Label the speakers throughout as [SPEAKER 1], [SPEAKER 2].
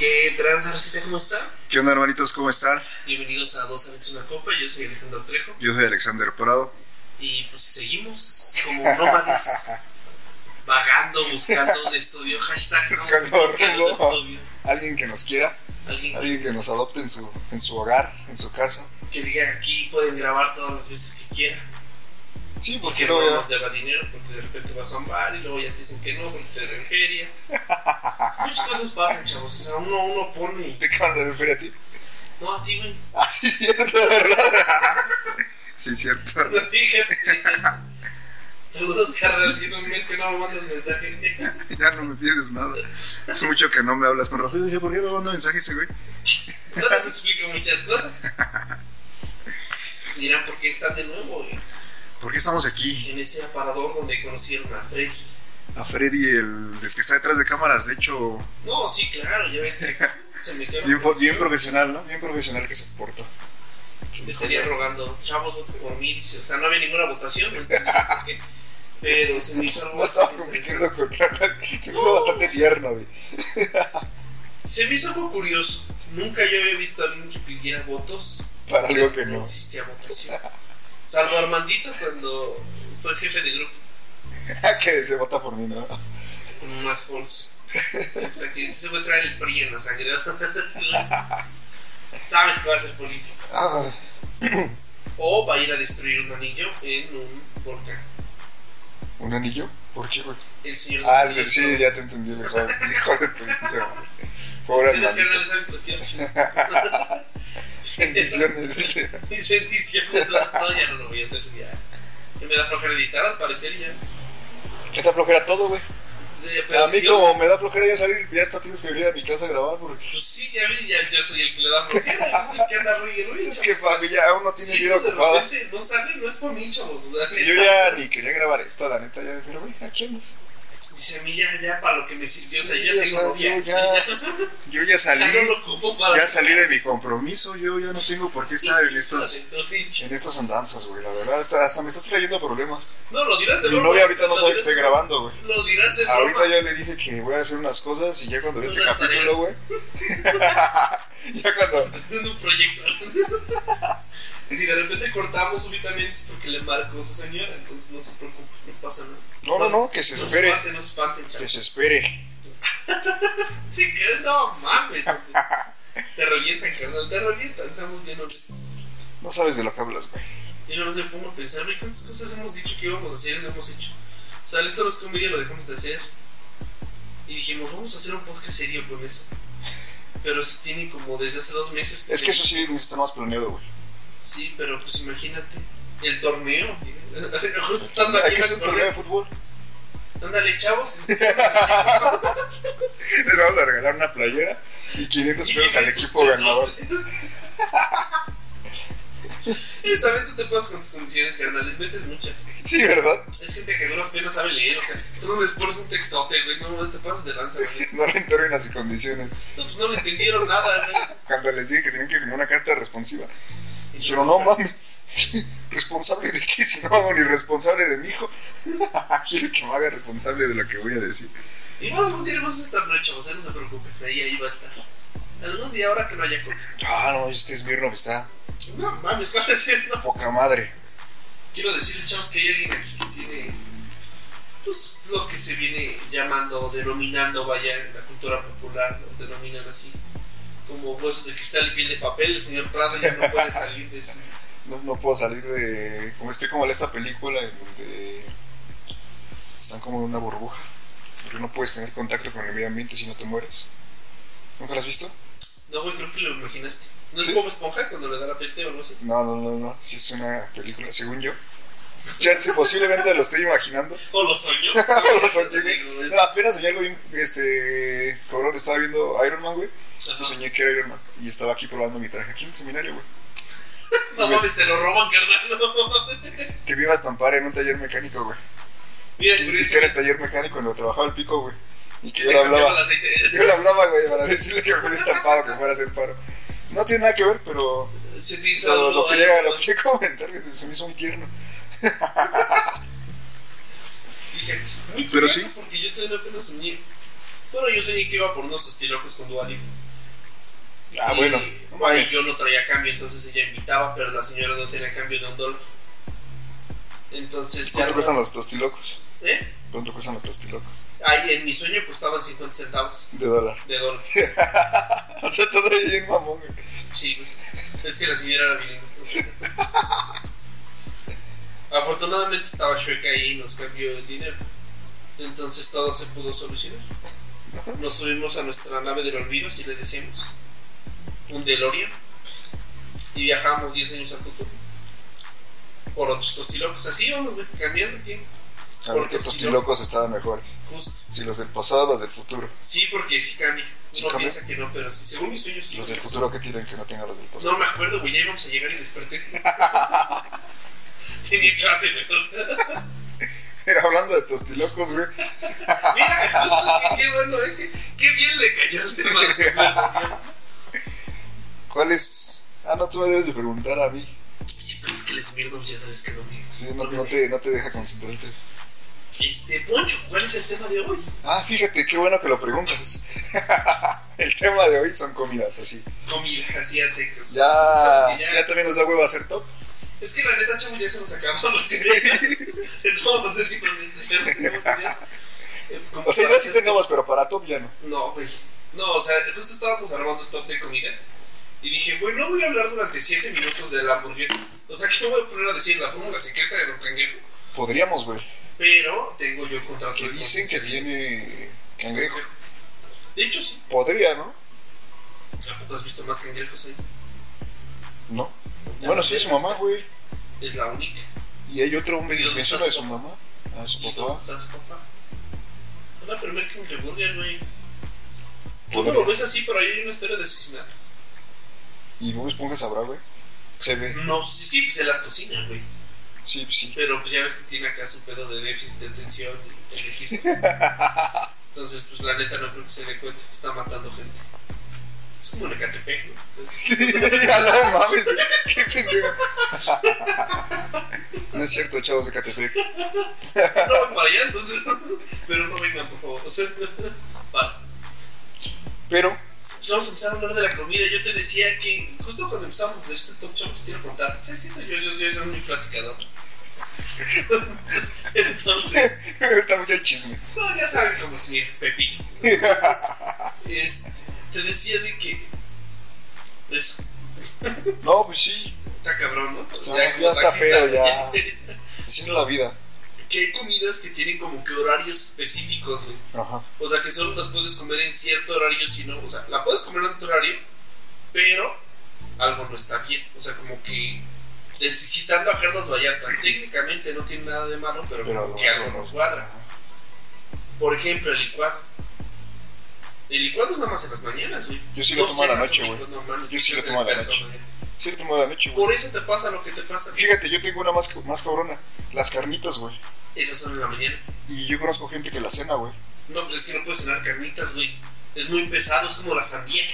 [SPEAKER 1] Esperanza Rosita, ¿cómo está?
[SPEAKER 2] ¿Qué onda, hermanitos? ¿Cómo están?
[SPEAKER 1] Bienvenidos a Dos Amigos Una Copa, yo soy Alejandro Trejo
[SPEAKER 2] Yo soy Alexander Prado.
[SPEAKER 1] y pues seguimos como nómadas vagando, buscando un estudio, hashtag estamos
[SPEAKER 2] Buscando
[SPEAKER 1] buscando un
[SPEAKER 2] algo.
[SPEAKER 1] estudio.
[SPEAKER 2] Alguien que nos quiera,
[SPEAKER 1] Alguien
[SPEAKER 2] alguien que nos adopte en su, en su hogar, en su casa.
[SPEAKER 1] que diga aquí pueden grabar todas las veces que quieran,
[SPEAKER 2] Sí,
[SPEAKER 1] porque
[SPEAKER 2] porque
[SPEAKER 1] no
[SPEAKER 2] luego
[SPEAKER 1] nos deba dinero, porque de repente vas a un bar y luego ya te dicen que no, porque te dan feria. Muchas cosas pasan, chavos, o sea, uno, uno pone y...
[SPEAKER 2] ya te acaban de referir a ti.
[SPEAKER 1] No, a ti, güey.
[SPEAKER 2] Ah, sí, cierto, ¿verdad? sí, cierto.
[SPEAKER 1] Fíjate. Saludos, carnal. Tiene un mes que no me mandas mensaje.
[SPEAKER 2] Ya no me pides nada. Es mucho que no me hablas con razón. Yo decía, ¿por qué me manda mensaje ese güey?
[SPEAKER 1] No nos explica muchas cosas. Dirán por qué están de nuevo eh,
[SPEAKER 2] ¿Por qué estamos aquí?
[SPEAKER 1] en ese aparador donde conocieron a Freddy.
[SPEAKER 2] A Freddy, el, el que está detrás de cámaras, de hecho,
[SPEAKER 1] No, sí, claro, ya ves que se metió.
[SPEAKER 2] bien, fo- bien profesional, ¿no? Bien profesional que se porta.
[SPEAKER 1] Me estaría rogando, chavos, voten por mí. Dice, o sea, no había ninguna votación, no entendí por qué. Pero se me hizo algo
[SPEAKER 2] No estaba
[SPEAKER 1] bastante
[SPEAKER 2] compitiendo
[SPEAKER 1] interesante.
[SPEAKER 2] contra nadie. Se me hizo bastante tierno, güey.
[SPEAKER 1] Se me hizo algo curioso. Nunca yo había visto a alguien que pidiera votos
[SPEAKER 2] Para algo que no.
[SPEAKER 1] existía votación. Salvo Armandito cuando fue jefe de grupo
[SPEAKER 2] que se vota por mí, ¿no?
[SPEAKER 1] con unas Falls. O sea que se fue a traer el PRI en la sangre. Sabes que va a ser político.
[SPEAKER 2] Ah,
[SPEAKER 1] O va a ir a destruir un anillo en un volcán.
[SPEAKER 2] ¿Un anillo? ¿Por qué, güey?
[SPEAKER 1] El señor
[SPEAKER 2] Ah, el
[SPEAKER 1] Don
[SPEAKER 2] del- sí,
[SPEAKER 1] Francisco.
[SPEAKER 2] ya te entendí, hijo de, hijo de tu pinche madre. Pobre
[SPEAKER 1] Ustedes que
[SPEAKER 2] hermanito.
[SPEAKER 1] saben que los quiero.
[SPEAKER 2] Bendiciones, dile.
[SPEAKER 1] Mis bendiciones. No, ya no lo voy a hacer. Ya. Ya me da flojera editar al parecer ya.
[SPEAKER 2] Ya está flojera todo, güey.
[SPEAKER 1] Sí, pero
[SPEAKER 2] A mí
[SPEAKER 1] sí,
[SPEAKER 2] como me da flojera ya salir, ya hasta tienes que venir a mi casa a grabar porque...
[SPEAKER 1] Pues sí, ya vi, ya, ya soy el que le da flojera. Yo soy el que anda ruido y ruido.
[SPEAKER 2] Es que papi, ya uno tiene
[SPEAKER 1] Si
[SPEAKER 2] vida
[SPEAKER 1] esto de
[SPEAKER 2] ocupada.
[SPEAKER 1] repente no sale, no es por mí, chavos. O sea,
[SPEAKER 2] Si yo ya ni quería grabar esto, la neta, ya... Pero, güey, aquí andas.
[SPEAKER 1] Dice a mí ya, ya para lo que me sirvió. o sea,
[SPEAKER 2] Sí,
[SPEAKER 1] yo
[SPEAKER 2] o
[SPEAKER 1] ya tengo
[SPEAKER 2] sea,
[SPEAKER 1] novia.
[SPEAKER 2] yo ya- Yo ya salí,
[SPEAKER 1] Ya no lo ocupo para.
[SPEAKER 2] ya salí de mi compromiso, yo ya no tengo por qué estar en estas...
[SPEAKER 1] No
[SPEAKER 2] En estas andanzas, güey, la verdad, hasta, hasta me estás trayendo problemas.
[SPEAKER 1] lo dirás de
[SPEAKER 2] Mi
[SPEAKER 1] broma.
[SPEAKER 2] novia ahorita no
[SPEAKER 1] Lo
[SPEAKER 2] sabe que
[SPEAKER 1] dirás-
[SPEAKER 2] estoy grabando, güey.
[SPEAKER 1] Lo dirás de broma.
[SPEAKER 2] Ahorita ya le dije que voy a hacer unas cosas y ya cuando vea este
[SPEAKER 1] Unas
[SPEAKER 2] capítulo, güey. ya cuando.
[SPEAKER 1] En un proyecto. y si de repente cortamos súbitamente es porque le marcó su señora, entonces no se preocupe, no pasa nada.
[SPEAKER 2] No, no, no, que se
[SPEAKER 1] No
[SPEAKER 2] espere.
[SPEAKER 1] espanten, no espanten,
[SPEAKER 2] Que
[SPEAKER 1] chavos.
[SPEAKER 2] se espere.
[SPEAKER 1] Sí, que no mames. te revientan, carnal, te revientan, estamos bien honestos.
[SPEAKER 2] No sabes de lo que hablas, güey.
[SPEAKER 1] Y no me pongo a pensar, güey, ¿cuántas cosas hemos dicho que íbamos a hacer y no hemos hecho? O sea, esto no es comedia, lo dejamos de hacer. Y dijimos, vamos a hacer un podcast serio con eso. Pero eso tiene como desde hace dos meses.
[SPEAKER 2] Es que eso sí está más planeado, güey.
[SPEAKER 1] Sí, pero pues imagínate. El torneo. güey. Justo estando
[SPEAKER 2] Hay
[SPEAKER 1] aquí
[SPEAKER 2] que
[SPEAKER 1] en
[SPEAKER 2] hacer
[SPEAKER 1] el
[SPEAKER 2] un torneo de
[SPEAKER 1] torneo.
[SPEAKER 2] fútbol.
[SPEAKER 1] Ándale, chavos. este,
[SPEAKER 2] Les vamos a regalar una playera y 500 pesos al equipo ganador.
[SPEAKER 1] Esta vez tú te pasas con tus condiciones, carnales. Metes muchas.
[SPEAKER 2] Sí, ¿verdad?
[SPEAKER 1] Es gente que duras penas sabe leer, o sea, tú no les pones un textote, güey, no, te pasas de lanza, güey.
[SPEAKER 2] No le entero en las condiciones.
[SPEAKER 1] No, pues no me entendieron nada, güey.
[SPEAKER 2] Cuando les dije que tenían que firmar una carta responsiva.
[SPEAKER 1] Y yo,
[SPEAKER 2] Pero no mames. ¿Responsable de qué? Si no hago ni responsable de mi hijo. ¿Quieres que me haga responsable de lo que voy a decir?
[SPEAKER 1] Igual algún día vamos a estar noche, o sea, no se preocupen, ahí, ahí va a estar. Algún día, ahora que no haya COVID.
[SPEAKER 2] Ah, no, este es Smirnoff está
[SPEAKER 1] No mames, ¿cuál es el no?
[SPEAKER 2] poca madre.
[SPEAKER 1] Quiero decirles, chavos, que hay alguien aquí que tiene, pues, lo que se viene llamando, o denominando, vaya, en la cultura popular, lo denominan así, como huesos de cristal y piel de papel. El señor Prado ya no puede salir de su.
[SPEAKER 2] No, no puedo salir de. Como estoy como en esta película en donde están como en una burbuja. Porque no puedes tener contacto con el medio ambiente si no te mueres. ¿Nunca lo has visto?
[SPEAKER 1] No, güey, creo que lo imaginaste. ¿No es
[SPEAKER 2] Sí.
[SPEAKER 1] Bob Esponja cuando le da la peste o no sé?
[SPEAKER 2] No, no, no, no. Sí es una película, según yo. Chance, posiblemente lo estoy imaginando.
[SPEAKER 1] O lo soñó.
[SPEAKER 2] Lo soñé. No, apenas soñé algo bien. Este. Cabrón, estaba viendo Iron Man, güey. Y
[SPEAKER 1] Ajá.
[SPEAKER 2] soñé que era Iron Man. Y estaba aquí probando mi traje aquí en el seminario, güey.
[SPEAKER 1] No mames, te lo roban, carnal. no mames.
[SPEAKER 2] Que me iba a estampar en un taller mecánico, güey.
[SPEAKER 1] Mira,
[SPEAKER 2] Y que era el taller mecánico cuando trabajaba el pico, güey. Y que
[SPEAKER 1] Te
[SPEAKER 2] yo le
[SPEAKER 1] cambiaba el
[SPEAKER 2] hablaba.
[SPEAKER 1] aceite.
[SPEAKER 2] Yo le hablaba, güey, para decirle que me estampado, que fuera a hacer paro. No tiene nada que ver, pero
[SPEAKER 1] Se te hizo
[SPEAKER 2] lo,
[SPEAKER 1] algo
[SPEAKER 2] lo
[SPEAKER 1] ahí,
[SPEAKER 2] quería, lo
[SPEAKER 1] ¿no?
[SPEAKER 2] quería comentar, que se, se me hizo muy tierno.
[SPEAKER 1] Fíjate. Muy
[SPEAKER 2] Pero
[SPEAKER 1] curioso,
[SPEAKER 2] sí.
[SPEAKER 1] Porque yo también apenas soñé. Bueno, yo soñé que iba por unos tostilocos con Dualipa.
[SPEAKER 2] Ah,
[SPEAKER 1] y
[SPEAKER 2] bueno, no
[SPEAKER 1] Y
[SPEAKER 2] mames.
[SPEAKER 1] yo no traía cambio, entonces ella invitaba, pero la señora no tenía cambio de un dólar. Entonces, se
[SPEAKER 2] ¿Cuánto
[SPEAKER 1] armó-
[SPEAKER 2] cuestan los tostilocos?
[SPEAKER 1] ¿eh?
[SPEAKER 2] ¿Cuánto cuestan los tostilocos?
[SPEAKER 1] Ay, en mi sueño costaban 50 centavos
[SPEAKER 2] De dólar.
[SPEAKER 1] de dólar.
[SPEAKER 2] o sea, todavía bien mamón, güey.
[SPEAKER 1] Sí, güey. Es que la señora era bilingüe. Afortunadamente estaba Shueca ahí y nos cambió el dinero. Entonces todo se pudo solucionar. Nos subimos a nuestra nave del olvido, si le decimos. Un DeLorean. Y viajamos 10 años al futuro. Por otros tostilocos. Así vamos, güey, cambiando el tiempo.
[SPEAKER 2] A
[SPEAKER 1] Porque
[SPEAKER 2] ver qué
[SPEAKER 1] si
[SPEAKER 2] tostilocos estaban mejores.
[SPEAKER 1] Justo.
[SPEAKER 2] Si los del pasado o los del futuro.
[SPEAKER 1] Sí, porque sí cambia.
[SPEAKER 2] Sí
[SPEAKER 1] Uno
[SPEAKER 2] cambia.
[SPEAKER 1] piensa que no, pero sí. Según mis sueños, sí.
[SPEAKER 2] Los del
[SPEAKER 1] porque sí.
[SPEAKER 2] futuro que tienen que no tengan los del pasado.
[SPEAKER 1] Pues No me acuerdo, güey, ya íbamos a llegar y desperté. Tenía clase, güey. o sea,
[SPEAKER 2] Era hablando de tostilocos, güey.
[SPEAKER 1] mira, justo que- qué bueno, eh, que- qué bien le cayó el tema de conversación.
[SPEAKER 2] ¿Cuál es? Ah, no, tú me debes de preguntar a mí.
[SPEAKER 1] Sí, pero es que el Smirnoff ya sabes que no me...
[SPEAKER 2] Sí, no, no te, no te deja concentrarte.
[SPEAKER 1] Este, Poncho, ¿cuál es el tema de hoy?
[SPEAKER 2] Ah, fíjate, qué bueno que lo preguntas. El tema de hoy son comidas, así.
[SPEAKER 1] Comida, así a secas.
[SPEAKER 2] Ya,
[SPEAKER 1] Que
[SPEAKER 2] ya también nos da hueva hacer top.
[SPEAKER 1] Es que la neta, chavo, ya se nos acabaron las ideas. Les vamos a ser bien honestos, ya no tenemos ideas. Eh, como
[SPEAKER 2] O sea,
[SPEAKER 1] para
[SPEAKER 2] ya sí
[SPEAKER 1] hacer-
[SPEAKER 2] tenemos, pero para top ya no.
[SPEAKER 1] No, güey. No, o sea, justo estábamos armando el top de comidas. Y dije, güey, no voy a hablar durante 7 minutos de la hamburguesa. O sea, que no voy a poner a decir la fórmula secreta de Don Cangrejo.
[SPEAKER 2] Podríamos, güey.
[SPEAKER 1] Pero tengo yo contrato
[SPEAKER 2] Que
[SPEAKER 1] de
[SPEAKER 2] dicen que
[SPEAKER 1] sponsorship.
[SPEAKER 2] tiene cangrejo.
[SPEAKER 1] De hecho, sí.
[SPEAKER 2] Podría, ¿no?
[SPEAKER 1] Tampoco has visto más cangrejos ahí.
[SPEAKER 2] No.
[SPEAKER 1] Ya
[SPEAKER 2] Bueno,
[SPEAKER 1] lo
[SPEAKER 2] sí,
[SPEAKER 1] ves,
[SPEAKER 2] su mamá, güey.
[SPEAKER 1] Es la única.
[SPEAKER 2] Y hay otro hombre
[SPEAKER 1] ¿Y dónde
[SPEAKER 2] vecino
[SPEAKER 1] está
[SPEAKER 2] de
[SPEAKER 1] su
[SPEAKER 2] su mamá. Ah, su
[SPEAKER 1] ¿Y
[SPEAKER 2] papá.
[SPEAKER 1] dónde está su papá? Es la primera cangreburger, güey. Tú no
[SPEAKER 2] Podría.
[SPEAKER 1] lo ves así, pero ahí hay una historia de asesinato.
[SPEAKER 2] Y Bob Esponja sabrá, güey. Se ve.
[SPEAKER 1] No, sí, sí, pues se las cocina, güey.
[SPEAKER 2] Sí, sí.
[SPEAKER 1] Pero pues ya ves que tiene acá su pedo de déficit de atención y pendejismo. Entonces, pues la neta no creo que se dé cuenta que está matando gente. Es como en Ecatepec, ¿no? Pues,
[SPEAKER 2] Ya no mames, qué pendejo. No es cierto, chavos de Catepec.
[SPEAKER 1] no, para allá, entonces. Pero no vengan, por favor. O sea, para.
[SPEAKER 2] Pero,
[SPEAKER 1] Pues vamos a empezar a hablar de la comida. Yo te decía que justo cuando empezamos a hacer este top, chavos, quiero contar. ¿Qué es eso? Yo, yo, yo soy muy platicador. Entonces.
[SPEAKER 2] me gusta mucho el chisme.
[SPEAKER 1] No, ya saben cómo es mi pepillo. Es- te decía de que. Eso,
[SPEAKER 2] No, pues sí.
[SPEAKER 1] está cabrón, ¿no? O
[SPEAKER 2] Ya,
[SPEAKER 1] sea,
[SPEAKER 2] ya
[SPEAKER 1] como
[SPEAKER 2] está
[SPEAKER 1] taxista,
[SPEAKER 2] feo, ya. Así es la vida.
[SPEAKER 1] Que hay comidas que tienen como que horarios específicos, güey.
[SPEAKER 2] Ajá.
[SPEAKER 1] O sea, que solo las puedes comer en cierto horario, si no. O sea, la puedes comer en tu horario, pero algo no está bien. O sea, como que. Necesitando a Carlos Vallarta. Técnicamente no tiene nada de malo, pero,
[SPEAKER 2] Pero
[SPEAKER 1] como que algo nos cuadra. Por ejemplo, el licuado. El licuado es nada más en las mañanas, güey.
[SPEAKER 2] Yo sí lo
[SPEAKER 1] No
[SPEAKER 2] tomo a la
[SPEAKER 1] cenas
[SPEAKER 2] noche,
[SPEAKER 1] un
[SPEAKER 2] güey.
[SPEAKER 1] licuado, no mames,
[SPEAKER 2] Yo sí lo
[SPEAKER 1] es
[SPEAKER 2] tomo a la
[SPEAKER 1] persona,
[SPEAKER 2] noche.
[SPEAKER 1] güey.
[SPEAKER 2] Sí, lo tomo de la noche, güey.
[SPEAKER 1] Por eso te pasa lo que te pasa. güey.
[SPEAKER 2] Fíjate, yo tengo una más, más cabrona. Las carnitas, güey.
[SPEAKER 1] Esas son en la mañana.
[SPEAKER 2] Y yo conozco gente que la cena, güey.
[SPEAKER 1] No, pues es que no puedes cenar carnitas, güey. Es muy pesado, es como la sandía.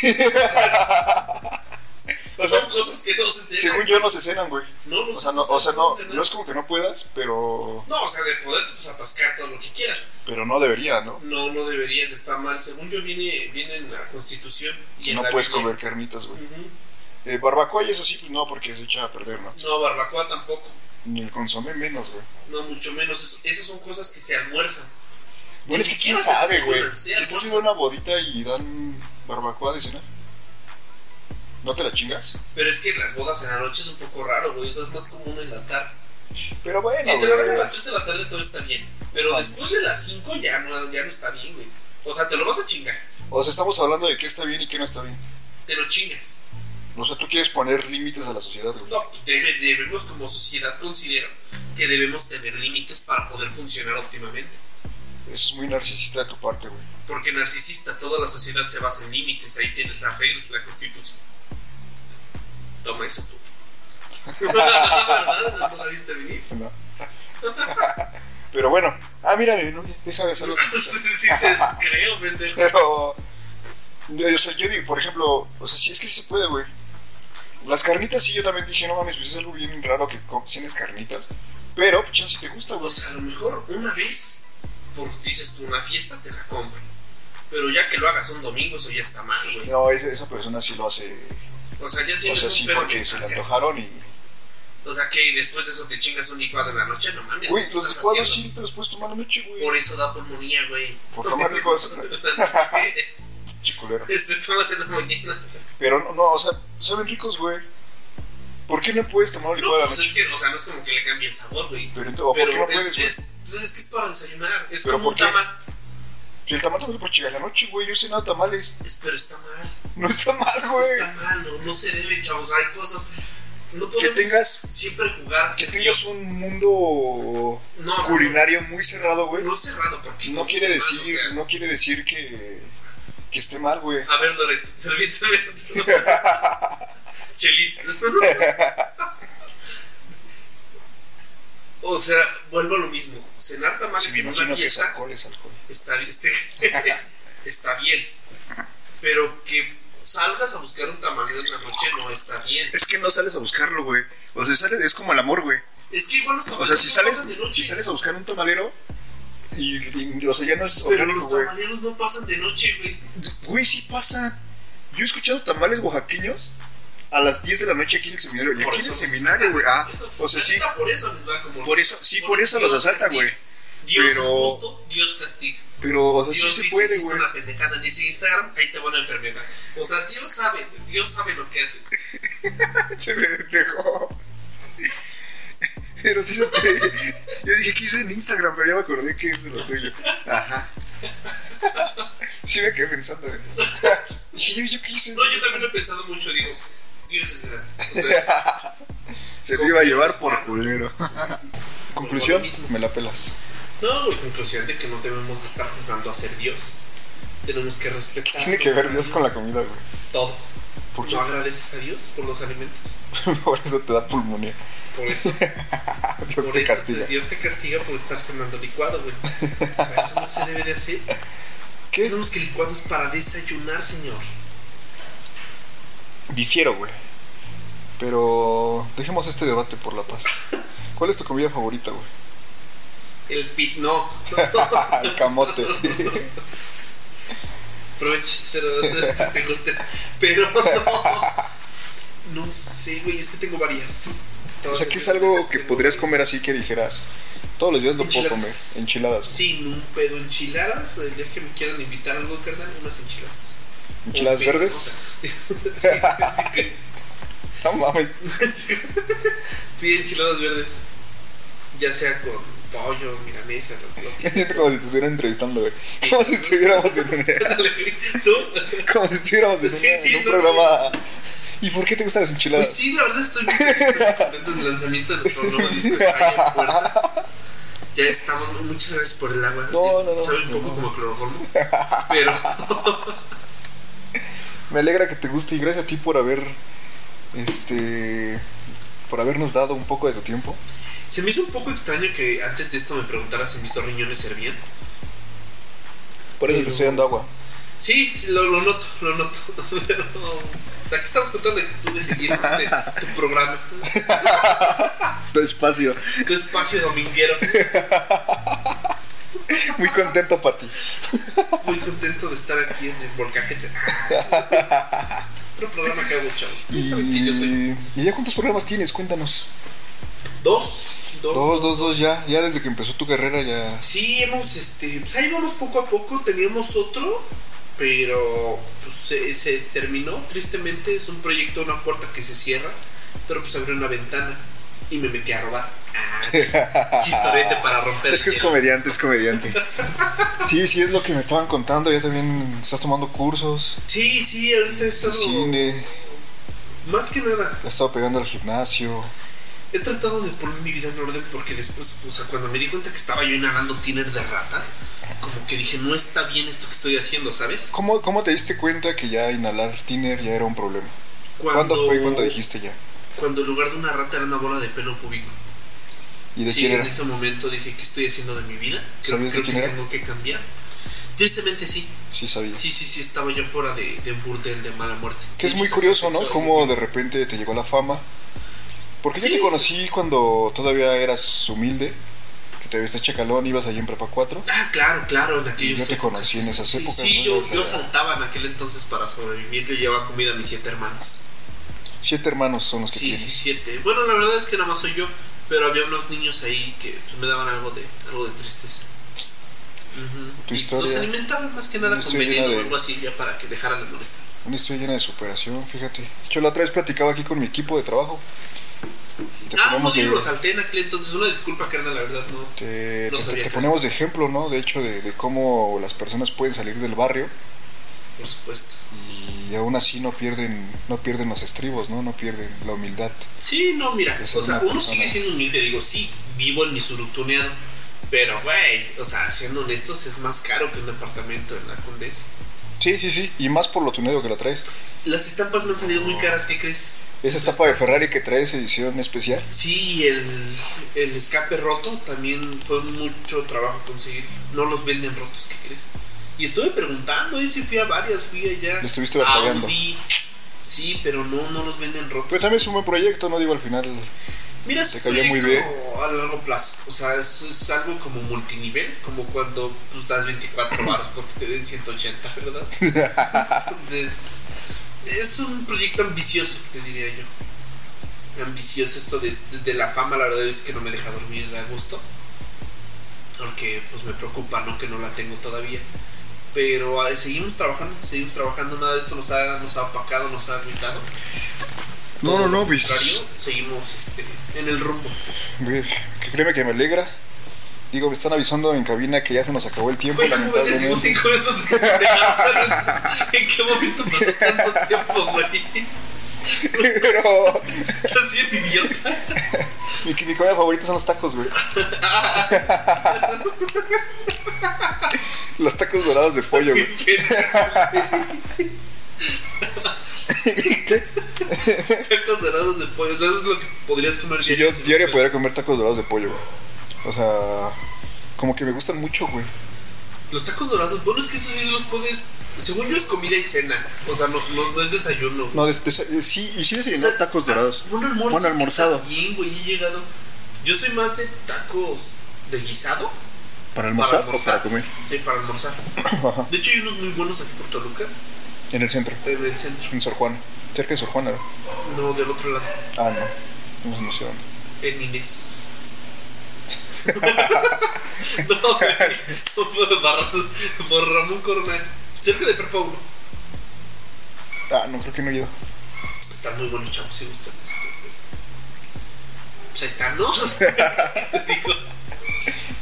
[SPEAKER 2] O sea,
[SPEAKER 1] son cosas que no se cenan.
[SPEAKER 2] según yo, no se cenan, güey.
[SPEAKER 1] No, no
[SPEAKER 2] O
[SPEAKER 1] se-
[SPEAKER 2] sea, no, o sea,
[SPEAKER 1] se
[SPEAKER 2] no,
[SPEAKER 1] pueden cenar.
[SPEAKER 2] no es como que no puedas, pero,
[SPEAKER 1] No, o sea, de poder pues, atascar todo lo que quieras.
[SPEAKER 2] pero no debería, ¿no?
[SPEAKER 1] No, no deberías, está mal. Según yo, viene, viene en la Constitución. Y en
[SPEAKER 2] No
[SPEAKER 1] la
[SPEAKER 2] puedes
[SPEAKER 1] Biblia.
[SPEAKER 2] comer carnitas, güey.
[SPEAKER 1] Ujú.
[SPEAKER 2] Eh, barbacoa y eso sí, pues no, porque se echa a perder, ¿no?
[SPEAKER 1] No, barbacoa tampoco.
[SPEAKER 2] Ni el consomé menos, güey.
[SPEAKER 1] No, mucho menos. eso- Esas son cosas que se almuerzan.
[SPEAKER 2] Bueno, es que quién
[SPEAKER 1] siquiera se
[SPEAKER 2] sabe,
[SPEAKER 1] desayunan,
[SPEAKER 2] güey. Si
[SPEAKER 1] sí,
[SPEAKER 2] estás
[SPEAKER 1] almuerzan.
[SPEAKER 2] en una bodita y dan barbacoa de cena, ¿no te la chingas?
[SPEAKER 1] Pero es que las bodas en la noche es un poco raro, güey. Eso es más común en la tarde.
[SPEAKER 2] Pero bueno,
[SPEAKER 1] Si te lo
[SPEAKER 2] güey.
[SPEAKER 1] dan a las 3 de la tarde todo está bien. Pero
[SPEAKER 2] Vamos.
[SPEAKER 1] después de las 5 ya no, ya no está bien, güey. O sea, te lo vas a chingar.
[SPEAKER 2] O sea, estamos hablando de qué está bien y qué no está bien.
[SPEAKER 1] Te lo chingas.
[SPEAKER 2] O sea, tú quieres poner límites a la sociedad, güey.
[SPEAKER 1] No, pues, debe- debemos como sociedad considero que debemos tener límites para poder funcionar óptimamente.
[SPEAKER 2] Eso es muy narcisista de tu parte, güey.
[SPEAKER 1] Porque narcisista, toda la sociedad se basa en límites. Ahí tienes las reglas, la constitución. Toma eso, puto. ¿Verdad? ¿No la viste venir?
[SPEAKER 2] ¿no? Pero bueno, ah, mira, mi novia, deja de hacerlo.
[SPEAKER 1] sí, te creo, pendejo.
[SPEAKER 2] Pero, yo- o sea, yo digo, por ejemplo, o sea, sí es que sí se puede, güey. Las carnitas sí, yo también dije, no mames, pues es algo bien raro que co- cenes carnitas. Pero, pues, chance te gusta, güey.
[SPEAKER 1] O sea, a lo mejor una vez, por, dices tú, una fiesta te la compro. Pero ya que lo hagas un domingo, eso ya está mal, güey.
[SPEAKER 2] No, esa, esa persona sí lo hace.
[SPEAKER 1] O sea, ya
[SPEAKER 2] O
[SPEAKER 1] tienes
[SPEAKER 2] sea,
[SPEAKER 1] un
[SPEAKER 2] sí,
[SPEAKER 1] perro
[SPEAKER 2] porque se le
[SPEAKER 1] mental, ya.
[SPEAKER 2] antojaron y.
[SPEAKER 1] O sea, que después de eso te chingas un licuado en la noche, no mames.
[SPEAKER 2] Güey,
[SPEAKER 1] ¿qué
[SPEAKER 2] los
[SPEAKER 1] estás
[SPEAKER 2] licuados
[SPEAKER 1] haciendo?
[SPEAKER 2] sí, pero después tomar la noche,
[SPEAKER 1] Por
[SPEAKER 2] güey.
[SPEAKER 1] eso da pulmonía, güey.
[SPEAKER 2] Por tomar licuados. Chiculero.
[SPEAKER 1] Se toma de la mañana.
[SPEAKER 2] Pero no, no, o sea, saben ricos, güey. ¿Por qué no puedes tomar un
[SPEAKER 1] No,
[SPEAKER 2] licuado a la
[SPEAKER 1] pues
[SPEAKER 2] noche?
[SPEAKER 1] es que, o sea, no es como que le cambie el sabor, güey.
[SPEAKER 2] Pero, ent- ¿o ¿Por
[SPEAKER 1] Pero
[SPEAKER 2] qué no
[SPEAKER 1] es,
[SPEAKER 2] puedes, güey?
[SPEAKER 1] es, pues es que es para desayunar. Es
[SPEAKER 2] ¿Pero
[SPEAKER 1] como
[SPEAKER 2] por
[SPEAKER 1] un
[SPEAKER 2] qué?
[SPEAKER 1] tamal.
[SPEAKER 2] Si el tamal también es por chingar la noche, güey. Yo he cenado tamales.
[SPEAKER 1] Es, pero está mal.
[SPEAKER 2] No está mal, güey.
[SPEAKER 1] Está mal, no, no se debe, chavos. Hay cosas. No
[SPEAKER 2] Que
[SPEAKER 1] podemos
[SPEAKER 2] tengas,
[SPEAKER 1] siempre jugar a
[SPEAKER 2] que
[SPEAKER 1] ser
[SPEAKER 2] tengas
[SPEAKER 1] Dios.
[SPEAKER 2] un mundo
[SPEAKER 1] No, no,
[SPEAKER 2] culinario muy cerrado, güey.
[SPEAKER 1] No cerrado, porque.
[SPEAKER 2] No quiere
[SPEAKER 1] más, o
[SPEAKER 2] decir,
[SPEAKER 1] sea, Ah,
[SPEAKER 2] no quiere decir que, que esté mal, güey.
[SPEAKER 1] A ver, Loreto, permíteme. Chelis. o sea, vuelvo a lo mismo. Cenar tamales
[SPEAKER 2] Si
[SPEAKER 1] en
[SPEAKER 2] me
[SPEAKER 1] una
[SPEAKER 2] imagino que es
[SPEAKER 1] fiesta
[SPEAKER 2] alcohol, es alcohol.
[SPEAKER 1] está, bien, este, está bien. Pero que salgas a buscar un tamalero en la noche no está bien.
[SPEAKER 2] Es que no sales a buscarlo, güey. O sea, sales, es como el amor, güey.
[SPEAKER 1] Es que igual los
[SPEAKER 2] O
[SPEAKER 1] tamaleros
[SPEAKER 2] sea, si
[SPEAKER 1] no
[SPEAKER 2] sales,
[SPEAKER 1] pasan de noche.
[SPEAKER 2] si sales a buscar un tamalero y, y- o sea, ya no es
[SPEAKER 1] pero
[SPEAKER 2] orgánico,
[SPEAKER 1] los
[SPEAKER 2] güey.
[SPEAKER 1] tamaleros no pasan de noche, güey.
[SPEAKER 2] Güey, sí pasa. Yo he escuchado tamales oaxaqueños a las 10 de la noche aquí en el seminario. Y
[SPEAKER 1] Por
[SPEAKER 2] aquí en
[SPEAKER 1] eso
[SPEAKER 2] el
[SPEAKER 1] los
[SPEAKER 2] seminario, güey. Ah,
[SPEAKER 1] asaltan. Eso-
[SPEAKER 2] o sea,
[SPEAKER 1] la
[SPEAKER 2] sí.
[SPEAKER 1] neta, Por eso les va como.
[SPEAKER 2] Por eso, sí, por eso
[SPEAKER 1] Dios
[SPEAKER 2] los asaltan,
[SPEAKER 1] castiga.
[SPEAKER 2] güey.
[SPEAKER 1] Dios
[SPEAKER 2] pero-
[SPEAKER 1] es justo, Dios castiga.
[SPEAKER 2] Pero, o sea,
[SPEAKER 1] Dios
[SPEAKER 2] sí se
[SPEAKER 1] dice,
[SPEAKER 2] puede,
[SPEAKER 1] hiciste
[SPEAKER 2] güey.
[SPEAKER 1] una pendejada en ese Instagram, ahí te va una enfermedad. O sea, Dios sabe, Dios sabe lo que hace.
[SPEAKER 2] Se me dejó. Pero sí se puede. Yo dije que hice en Instagram, pero ya me acordé que es de lo tuyo. Ajá. Sí me quedé pensando, güey. Dije, yo, yo qué hice.
[SPEAKER 1] No, yo también lo he pensado mucho, digo, Dios es grande. O sea,
[SPEAKER 2] Se me iba a llevar por culero. Conclusión,
[SPEAKER 1] Por lo mismo.
[SPEAKER 2] me la pelas.
[SPEAKER 1] no, güey, conclusión de que no debemos de estar jugando a ser Dios. Tenemos que respetar.
[SPEAKER 2] Tiene que ver Dios con la comida, güey.
[SPEAKER 1] Todo.
[SPEAKER 2] ¿Por qué?
[SPEAKER 1] ¿No agradeces a Dios por los alimentos?
[SPEAKER 2] Por eso te da pulmonía.
[SPEAKER 1] Por eso,
[SPEAKER 2] Dios
[SPEAKER 1] por
[SPEAKER 2] te
[SPEAKER 1] eso
[SPEAKER 2] castiga.
[SPEAKER 1] Dios te castiga por estar cenando licuado, güey. O sea, eso no se debe de hacer.
[SPEAKER 2] ¿Qué?
[SPEAKER 1] Tenemos que licuado es para desayunar, señor.
[SPEAKER 2] Difiero, güey. Pero dejemos este debate por la paz. ¿Cuál es tu comida favorita, güey?
[SPEAKER 1] El pit, no.
[SPEAKER 2] El camote.
[SPEAKER 1] Proveches, pero te gusta. Pero no. No sé, güey, es que tengo varias.
[SPEAKER 2] o sea, que es algo que podrías comer así que dijeras. Todos los días lo puedo comer.
[SPEAKER 1] Enchiladas.
[SPEAKER 2] Enchiladas.
[SPEAKER 1] Sin un pedo enchiladas. El día que me quieran invitar algo, carnal, unas enchiladas.
[SPEAKER 2] ¿Enchiladas
[SPEAKER 1] Un pedo,
[SPEAKER 2] verdes?
[SPEAKER 1] o sea, sí,
[SPEAKER 2] No mames.
[SPEAKER 1] sí, sí. Sí, enchiladas verdes. Ya sea con pollo, milanesa, lo lo
[SPEAKER 2] Me
[SPEAKER 1] que
[SPEAKER 2] siento como si te estuviera entrevistando, güey. Como si estuviéramos en,
[SPEAKER 1] ¿Tú?
[SPEAKER 2] como si estuviéramos en,
[SPEAKER 1] Sí, sí,
[SPEAKER 2] en un
[SPEAKER 1] no.
[SPEAKER 2] programa. ¿Y por qué te gustan las
[SPEAKER 1] Pues
[SPEAKER 2] enchiladas?
[SPEAKER 1] sí, la verdad estoy muy estoy contento del lanzamiento de nuestro nuevo disco. Está ahí en puerta. Ya estamos. Muchas gracias por el agua.
[SPEAKER 2] No, no, no,
[SPEAKER 1] Sabe un poco
[SPEAKER 2] no.
[SPEAKER 1] como cloroformo. Pero.
[SPEAKER 2] Me alegra que te guste y gracias a ti por haber. Este. Por habernos dado un poco de tu tiempo.
[SPEAKER 1] Se me hizo un poco extraño que antes de esto me preguntaras si mis dos riñones servían.
[SPEAKER 2] Por eso te
[SPEAKER 1] Pero-
[SPEAKER 2] estoy dando agua.
[SPEAKER 1] Sí, sí, lo, lo noto, lo noto. Pero. Aquí estamos con toda la actitud de seguir este, tu programa, tu,
[SPEAKER 2] Tu espacio.
[SPEAKER 1] tu espacio dominguero.
[SPEAKER 2] Muy contento, Pati.
[SPEAKER 1] Muy contento de estar aquí en el volcajete. Ah, Otro programa que hago, chavos.
[SPEAKER 2] Y,
[SPEAKER 1] Saben que yo soy
[SPEAKER 2] ¿Y ya cuántos programas tienes? Cuéntanos.
[SPEAKER 1] dos, dos,
[SPEAKER 2] Dos, dos, dos, ya. Ya desde que empezó tu carrera ya.
[SPEAKER 1] Sí, hemos, este, pues ahí vamos poco a poco, teníamos otro, pero pues, se, se terminó, tristemente, es un proyecto, una puerta que se cierra, pero pues abrió una ventana y me metí a robar. Ah, chis- chistorete para romper.
[SPEAKER 2] Es que es
[SPEAKER 1] el-
[SPEAKER 2] comediante, es comediante. Sí, sí, es lo que me estaban contando. Ya también estás tomando cursos,
[SPEAKER 1] Sí, sí, ahorita he estado,
[SPEAKER 2] cine,
[SPEAKER 1] más que nada,
[SPEAKER 2] has estado pegando al gimnasio.
[SPEAKER 1] he tratado de poner mi vida en orden porque después, o sea, cuando me di cuenta que estaba yo inhalando tiner de ratas, como que dije, no está bien esto que estoy haciendo, ¿sabes?
[SPEAKER 2] ¿Cómo, cómo te diste cuenta que ya inhalar tiner ya era un problema? ¿Cuándo fue cuando dijiste ya?
[SPEAKER 1] Cuando en lugar de una rata era una bola de pelo púbico.
[SPEAKER 2] ¿Y de
[SPEAKER 1] sí,
[SPEAKER 2] quién
[SPEAKER 1] en
[SPEAKER 2] era?
[SPEAKER 1] ese momento dije, ¿qué estoy haciendo de mi vida? Creo,
[SPEAKER 2] ¿Sabías de
[SPEAKER 1] creo que
[SPEAKER 2] quién era?
[SPEAKER 1] tengo que cambiar. Tristemente sí,
[SPEAKER 2] Sí, sabía.
[SPEAKER 1] sí, sí, sí, estaba yo fuera de, de un burdel de mala muerte.
[SPEAKER 2] Que es
[SPEAKER 1] De
[SPEAKER 2] muy
[SPEAKER 1] hecho,
[SPEAKER 2] curioso, ¿no?
[SPEAKER 1] sexual.
[SPEAKER 2] Cómo de repente te llegó la fama. Porque yo
[SPEAKER 1] Sí.
[SPEAKER 2] te conocí cuando todavía eras humilde, que todavía está chacalón, ibas allí en prepa 4.
[SPEAKER 1] Ah, claro, claro, en aquellos
[SPEAKER 2] Yo te conocí en esas épocas,
[SPEAKER 1] Sí,
[SPEAKER 2] ¿no?
[SPEAKER 1] yo,
[SPEAKER 2] Pero-
[SPEAKER 1] yo saltaba en aquel entonces para sobrevivir. Le llevaba comida a mis siete hermanos.
[SPEAKER 2] Siete hermanos son los que
[SPEAKER 1] Sí,
[SPEAKER 2] tienes.
[SPEAKER 1] sí, siete. Bueno, la verdad es que nada más soy yo, pero había unos niños ahí que pues, me daban algo de, algo de tristeza. Ujú.
[SPEAKER 2] Tu
[SPEAKER 1] Y
[SPEAKER 2] historia-
[SPEAKER 1] Los alimentaban más que nada
[SPEAKER 2] Yo
[SPEAKER 1] con
[SPEAKER 2] soy llena
[SPEAKER 1] veneno o
[SPEAKER 2] de-
[SPEAKER 1] algo así, ya para que dejaran de molestar.
[SPEAKER 2] Una historia llena de superación, fíjate. Yo la otra vez platicaba aquí con mi equipo de trabajo. Te
[SPEAKER 1] Ah, no,
[SPEAKER 2] ponemos
[SPEAKER 1] sí,
[SPEAKER 2] de-
[SPEAKER 1] lo salté en aquel entonces. Una disculpa, carnal, la verdad, no.
[SPEAKER 2] te,
[SPEAKER 1] No
[SPEAKER 2] te-
[SPEAKER 1] sabía
[SPEAKER 2] te
[SPEAKER 1] que
[SPEAKER 2] ponemos de ejemplo, ¿no? De hecho, de, de cómo las personas pueden salir del barrio
[SPEAKER 1] Por supuesto.
[SPEAKER 2] y aún así no pierden, no pierden los estribos, ¿no? No pierden la humildad.
[SPEAKER 1] Sí, no, mira,
[SPEAKER 2] Es
[SPEAKER 1] o sea,
[SPEAKER 2] una
[SPEAKER 1] uno
[SPEAKER 2] persona.
[SPEAKER 1] sigue siendo humilde, digo, sí, vivo en mi surutuneado, pero, güey, o sea, siendo honestos, es más caro que un apartamento en la Condesa.
[SPEAKER 2] Sí, sí, sí. Y más por lo tuneado que la traes.
[SPEAKER 1] Las estampas me han salido muy caras, ¿qué crees?
[SPEAKER 2] Esa estampa de Ferrari que traes edición especial.
[SPEAKER 1] Sí, el, el escape roto también fue mucho trabajo conseguir. No los venden rotos, ¿qué crees? Y estuve preguntando, y si fui a varias, fui allá.
[SPEAKER 2] Lo estuviste
[SPEAKER 1] a
[SPEAKER 2] batallando.
[SPEAKER 1] Audi. Sí, pero no, no los venden rotos.
[SPEAKER 2] Pero Pues también es un buen proyecto, ¿no? Digo, al final...
[SPEAKER 1] Mira, es
[SPEAKER 2] Te
[SPEAKER 1] un
[SPEAKER 2] cayó muy
[SPEAKER 1] proyecto a largo plazo. O sea, es, es algo como multinivel, como cuando pues, das 24 baros porque te den 180, ¿verdad? Entonces, es un proyecto ambicioso, te diría yo. Ambicioso esto de, de la fama, la verdad es que no me deja dormir a gusto. Porque pues me preocupa, ¿no? Que no la tengo todavía. Pero ah, seguimos trabajando, seguimos trabajando, nada de esto nos ha, nos ha opacado, nos ha limitado.
[SPEAKER 2] No, no,
[SPEAKER 1] Todo
[SPEAKER 2] no,
[SPEAKER 1] lo
[SPEAKER 2] pues-
[SPEAKER 1] contrario, Seguimos este, en el rumbo.
[SPEAKER 2] Ve, Que créeme que me alegra. Digo, me están avisando en cabina que ya se nos acabó el tiempo,
[SPEAKER 1] Güey, ¿cómo le decimos
[SPEAKER 2] lamentablemente.
[SPEAKER 1] cinco minutos de pendejada? ¿En qué momento pasó tanto tiempo, güey?
[SPEAKER 2] Pero
[SPEAKER 1] Estás bien idiota.
[SPEAKER 2] mi, mi comida favorita son los tacos, güey. los tacos dorados de pollo,
[SPEAKER 1] Estás
[SPEAKER 2] güey.
[SPEAKER 1] bien pendejo. Tacos dorados de pollo. O sea, eso es lo que podrías comer
[SPEAKER 2] Si yo
[SPEAKER 1] diario, si
[SPEAKER 2] diario
[SPEAKER 1] no-
[SPEAKER 2] podría comer tacos dorados de pollo, güey. O sea, como que me gustan mucho, güey.
[SPEAKER 1] Los tacos dorados, bueno, es que eso sí los puedes. Según yo, es comida y cena. O sea, no, no, no es desayuno.
[SPEAKER 2] No, des- des- eh, sí, y sí desayuné
[SPEAKER 1] O sea, ah,
[SPEAKER 2] tacos dorados.
[SPEAKER 1] Un almuerzo.
[SPEAKER 2] Bueno,
[SPEAKER 1] es que
[SPEAKER 2] almorzado.
[SPEAKER 1] está Bien, güey, he llegado. Yo soy más de tacos de guisado.
[SPEAKER 2] ¿Para almorzar,
[SPEAKER 1] para
[SPEAKER 2] o para comer?
[SPEAKER 1] Sí, para almorzar.
[SPEAKER 2] Ajá,
[SPEAKER 1] De hecho, hay unos muy buenos aquí por Toluca,
[SPEAKER 2] en el centro,
[SPEAKER 1] en el centro.
[SPEAKER 2] en Sor Juana. Cerca de Sor Juana, ¿no?
[SPEAKER 1] No, del otro lado,
[SPEAKER 2] Ah, no. No, sé, no sé dónde.
[SPEAKER 1] en Inés. no, güey. Barrazos, por Ramón Coronel. Cerca de Prepa 1.
[SPEAKER 2] Ah, no, creo que no he ido.
[SPEAKER 1] Están muy buenos chavos, sí gustan. este, Pues ahí están, ¿no? O sea, ¿qué te digo?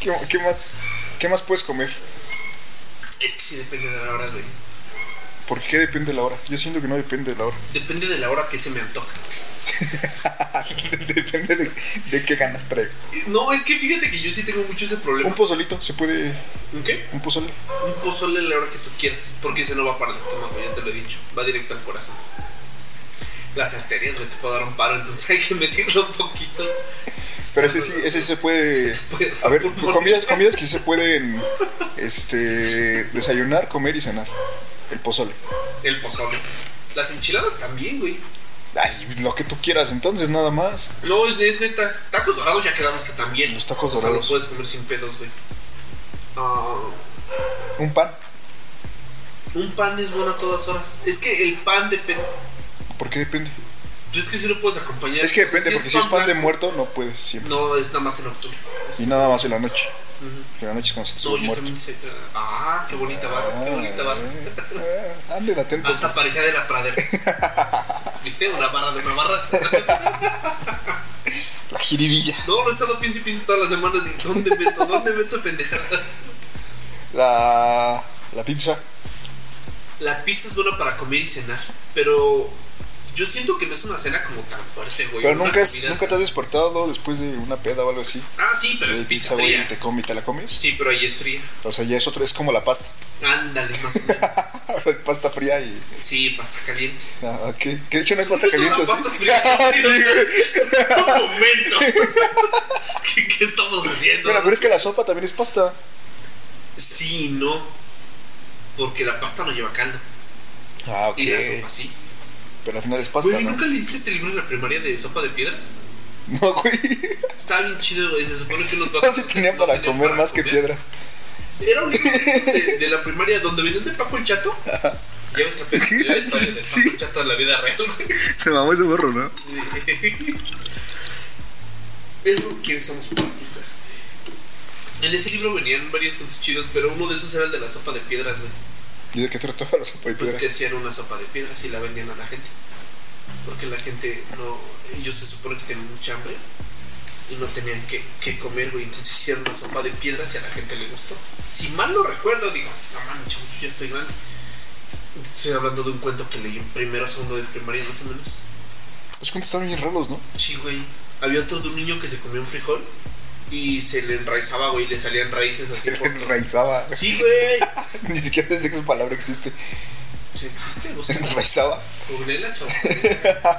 [SPEAKER 2] ¿Qué, qué más, ¿Qué más puedes comer?
[SPEAKER 1] Es que sí depende de la hora, güey.
[SPEAKER 2] ¿Por qué depende de la hora? Yo siento que no depende de la hora.
[SPEAKER 1] Depende de la hora que se me antoja.
[SPEAKER 2] depende de, de qué ganas traigo.
[SPEAKER 1] Eh, No, es que fíjate que yo sí tengo mucho ese
[SPEAKER 2] Un
[SPEAKER 1] problema.
[SPEAKER 2] pozolito, se puede.
[SPEAKER 1] ¿Un qué?
[SPEAKER 2] Un pozole.
[SPEAKER 1] Un pozole a la hora que tú quieras, porque ese no va para el estómago, ya te lo he dicho, va directo al corazón. Las arterias, güey, te puedo dar un paro, entonces hay que medirlo un poquito.
[SPEAKER 2] Pero ese sí, ese sí se puede.
[SPEAKER 1] Puede dar
[SPEAKER 2] A ver,
[SPEAKER 1] pulmón.
[SPEAKER 2] comidas, comidas que sí se pueden este, desayunar, comer y cenar. El pozole.
[SPEAKER 1] El pozole. Las enchiladas también, güey.
[SPEAKER 2] Ay, lo que tú quieras, entonces nada más.
[SPEAKER 1] No, es, es neta. Tacos dorados ya quedamos que también.
[SPEAKER 2] Los tacos
[SPEAKER 1] O sea,
[SPEAKER 2] dorados.
[SPEAKER 1] lo puedes comer sin pedos, güey. Ah,
[SPEAKER 2] Un pan.
[SPEAKER 1] un pan es bueno a todas horas. Es que el pan depende. Pues
[SPEAKER 2] ¿Por qué depende?
[SPEAKER 1] Es que si lo puedes acompañar. Pues
[SPEAKER 2] Es
[SPEAKER 1] O
[SPEAKER 2] que
[SPEAKER 1] sea,
[SPEAKER 2] depende, porque si es pan de
[SPEAKER 1] blanco,
[SPEAKER 2] muerto, no puedes siempre.
[SPEAKER 1] No, es nada más en octubre.
[SPEAKER 2] Y nada más en la noche.
[SPEAKER 1] Ujú.
[SPEAKER 2] En la noche es cuando se te
[SPEAKER 1] No,
[SPEAKER 2] sube
[SPEAKER 1] yo
[SPEAKER 2] muerto.
[SPEAKER 1] también sé. Ah, qué bonita barra, qué bonita barra.
[SPEAKER 2] Ah, ah, Anden atentos.
[SPEAKER 1] Hasta parecía de la pradera. ¿Viste? Una barra de una barra.
[SPEAKER 2] La jiribilla.
[SPEAKER 1] No, no he estado pienso y pienso todas las semanas. de, ¿Dónde meto? ¿Dónde meto esa pendejada?
[SPEAKER 2] La, la pizza.
[SPEAKER 1] La pizza es buena para comer y cenar, pero yo siento que no es una cena como tan fuerte, güey.
[SPEAKER 2] Pero
[SPEAKER 1] Una
[SPEAKER 2] nunca, es-
[SPEAKER 1] comida-
[SPEAKER 2] nunca te has despertado después de una peda o algo así.
[SPEAKER 1] Ah, sí, pero es
[SPEAKER 2] de
[SPEAKER 1] pizza,
[SPEAKER 2] güey,
[SPEAKER 1] fría.
[SPEAKER 2] y te comes y te la comes.
[SPEAKER 1] Sí, pero ahí es fría.
[SPEAKER 2] O sea, ya es otro, es como la pasta.
[SPEAKER 1] Ándale, más o menos.
[SPEAKER 2] O sea, pasta fría y.
[SPEAKER 1] Sí, pasta caliente.
[SPEAKER 2] ah, ok. Que de hecho no es pasta
[SPEAKER 1] Toda la
[SPEAKER 2] caliente.
[SPEAKER 1] pasta es
[SPEAKER 2] sí. Ah,
[SPEAKER 1] fría.
[SPEAKER 2] Sí, güey.
[SPEAKER 1] Un momento. ¿Qué, qué estamos haciendo?
[SPEAKER 2] Bueno, pero es que la sopa también es pasta.
[SPEAKER 1] Sí, y no. Porque la pasta no lleva caldo.
[SPEAKER 2] Ah, ok.
[SPEAKER 1] Y la sopa sí.
[SPEAKER 2] Pero al final es pasta,
[SPEAKER 1] Güey,
[SPEAKER 2] ¿no?
[SPEAKER 1] ¿nunca leíste este libro en la primaria de sopa de piedras?
[SPEAKER 2] No, güey.
[SPEAKER 1] Estaba bien chido, güey. Se supone que los
[SPEAKER 2] No se tenía
[SPEAKER 1] no
[SPEAKER 2] para
[SPEAKER 1] tenían
[SPEAKER 2] comer
[SPEAKER 1] para
[SPEAKER 2] más que
[SPEAKER 1] comer.
[SPEAKER 2] piedras.
[SPEAKER 1] Era un libro de, estos de- de la primaria donde venían de Paco el Chato. Ya ves que apenas salió la historia de Paco
[SPEAKER 2] Sí.
[SPEAKER 1] el Chato en la vida real, güey.
[SPEAKER 2] Se mamó ese morro, ¿no?
[SPEAKER 1] Es lo que somos para buscar. En ese libro venían varios cuentos chidos, pero uno de esos era el de la sopa de piedras, güey.
[SPEAKER 2] ¿Y de qué trataba la sopa de
[SPEAKER 1] Pues
[SPEAKER 2] piedras?
[SPEAKER 1] que hacían una sopa de piedras y la vendían a la gente. Porque la gente no. Ellos se supone que tenían mucha hambre y no tenían que, que comer, güey. Entonces hicieron una sopa de piedras y a la gente le gustó. Si mal no recuerdo, digo, "Ah, no mames, chavos, yo estoy grande. Estoy hablando de un cuento que leí en primero o segundo de primaria, más o menos.
[SPEAKER 2] Los cuentos Pues estaban bien raros, ¿no?
[SPEAKER 1] Sí, güey. Había otro de un niño que se comió un frijol y se le enraizaba, güey, y le salían raíces así.
[SPEAKER 2] Se le
[SPEAKER 1] por todo.
[SPEAKER 2] enraizaba.
[SPEAKER 1] Sí, güey.
[SPEAKER 2] Ni siquiera pensé que esa palabra existe.
[SPEAKER 1] Sí, existe,
[SPEAKER 2] Se
[SPEAKER 1] busca.
[SPEAKER 2] enraizaba.
[SPEAKER 1] Googleenla, chavos.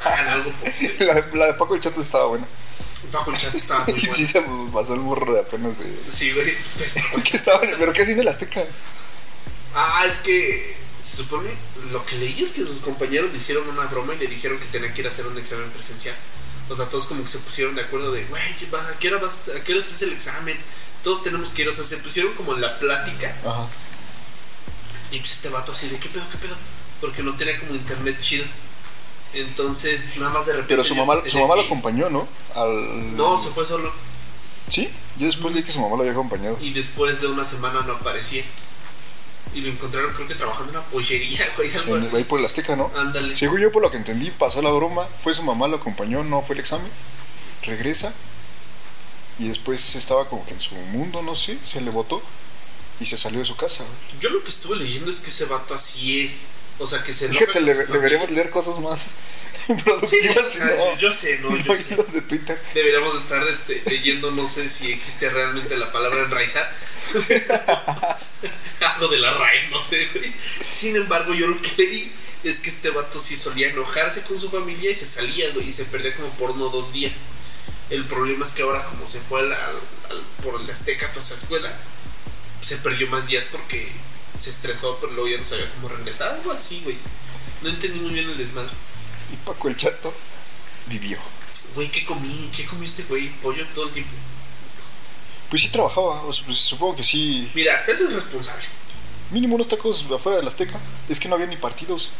[SPEAKER 1] Hagan algo por usted.
[SPEAKER 2] La, la de Paco el Chato estaba buena.
[SPEAKER 1] Paco el Chato estaba muy
[SPEAKER 2] Y
[SPEAKER 1] bueno.
[SPEAKER 2] sí se me pasó el morro de apenas de...
[SPEAKER 1] Sí, güey. Pues,
[SPEAKER 2] ¿Por qué estaba? en- ¿Pero qué hacía en el Azteca?
[SPEAKER 1] ah, es que se supone, lo que leí es que sus compañeros le hicieron una broma y le dijeron que tenía que ir a hacer un examen presencial. O sea, todos como que se pusieron de acuerdo de, güey, ¿vas- ¿a qué hora vas, a qué hora es el examen? Todos tenemos que ir, o sea, se pusieron como en la plática.
[SPEAKER 2] Ajá.
[SPEAKER 1] Y pues este vato así de, ¿qué pedo, qué pedo? Porque no tenía como internet chido. Entonces, nada más de repente.
[SPEAKER 2] Pero su
[SPEAKER 1] yo
[SPEAKER 2] mamá, su
[SPEAKER 1] tenía
[SPEAKER 2] mamá lo
[SPEAKER 1] que-
[SPEAKER 2] acompañó, ¿no? Al...
[SPEAKER 1] No, se fue solo.
[SPEAKER 2] ¿Sí? Yo después leí que su mamá lo había acompañado.
[SPEAKER 1] Y después de una semana no aparecía. Y lo encontraron, creo que trabajando en una pollería, güey, algo
[SPEAKER 2] En- ahí
[SPEAKER 1] así.
[SPEAKER 2] por el Azteca, ¿no?
[SPEAKER 1] Ándale.
[SPEAKER 2] Según yo, por lo que entendí, pasó la broma, fue su mamá, lo acompañó, no fue el examen, regresa y después estaba como que en su mundo, no sé, se le botó y se salió de su casa. güey.
[SPEAKER 1] Yo lo que estuve leyendo es que ese vato así es. O sea, que se enoja
[SPEAKER 2] Fíjate,
[SPEAKER 1] con
[SPEAKER 2] le,
[SPEAKER 1] su
[SPEAKER 2] le
[SPEAKER 1] familia.
[SPEAKER 2] veremos leer cosas más
[SPEAKER 1] Sí,
[SPEAKER 2] productivas.
[SPEAKER 1] sí,
[SPEAKER 2] no,
[SPEAKER 1] ah, yo sé, no, yo
[SPEAKER 2] no
[SPEAKER 1] sé.
[SPEAKER 2] hilos de Twitter.
[SPEAKER 1] Deberíamos estar este, leyendo, no sé si existe realmente la palabra enraizar. Algo de la raíz, no sé, güey. Sin embargo, yo lo que leí es que este vato sí solía enojarse con su familia y se salía, güey, y se perdía como por uno o dos días. El problema es que ahora, como se fue al, al- al- por el Azteca, pues a escuela, se perdió más días porque se estresó, pero luego ya no sabía cómo regresar. Algo así, güey. No entendí muy bien el desmadre.
[SPEAKER 2] Y Paco el Chato vivió.
[SPEAKER 1] Güey, ¿qué comí? ¿Qué comiste, güey? Pollo todo el tiempo.
[SPEAKER 2] Pues sí trabajaba, o sea, pues supongo que sí.
[SPEAKER 1] Mira, hasta eso es responsable.
[SPEAKER 2] Mínimo unos tacos afuera del Azteca. Es que no había ni partidos.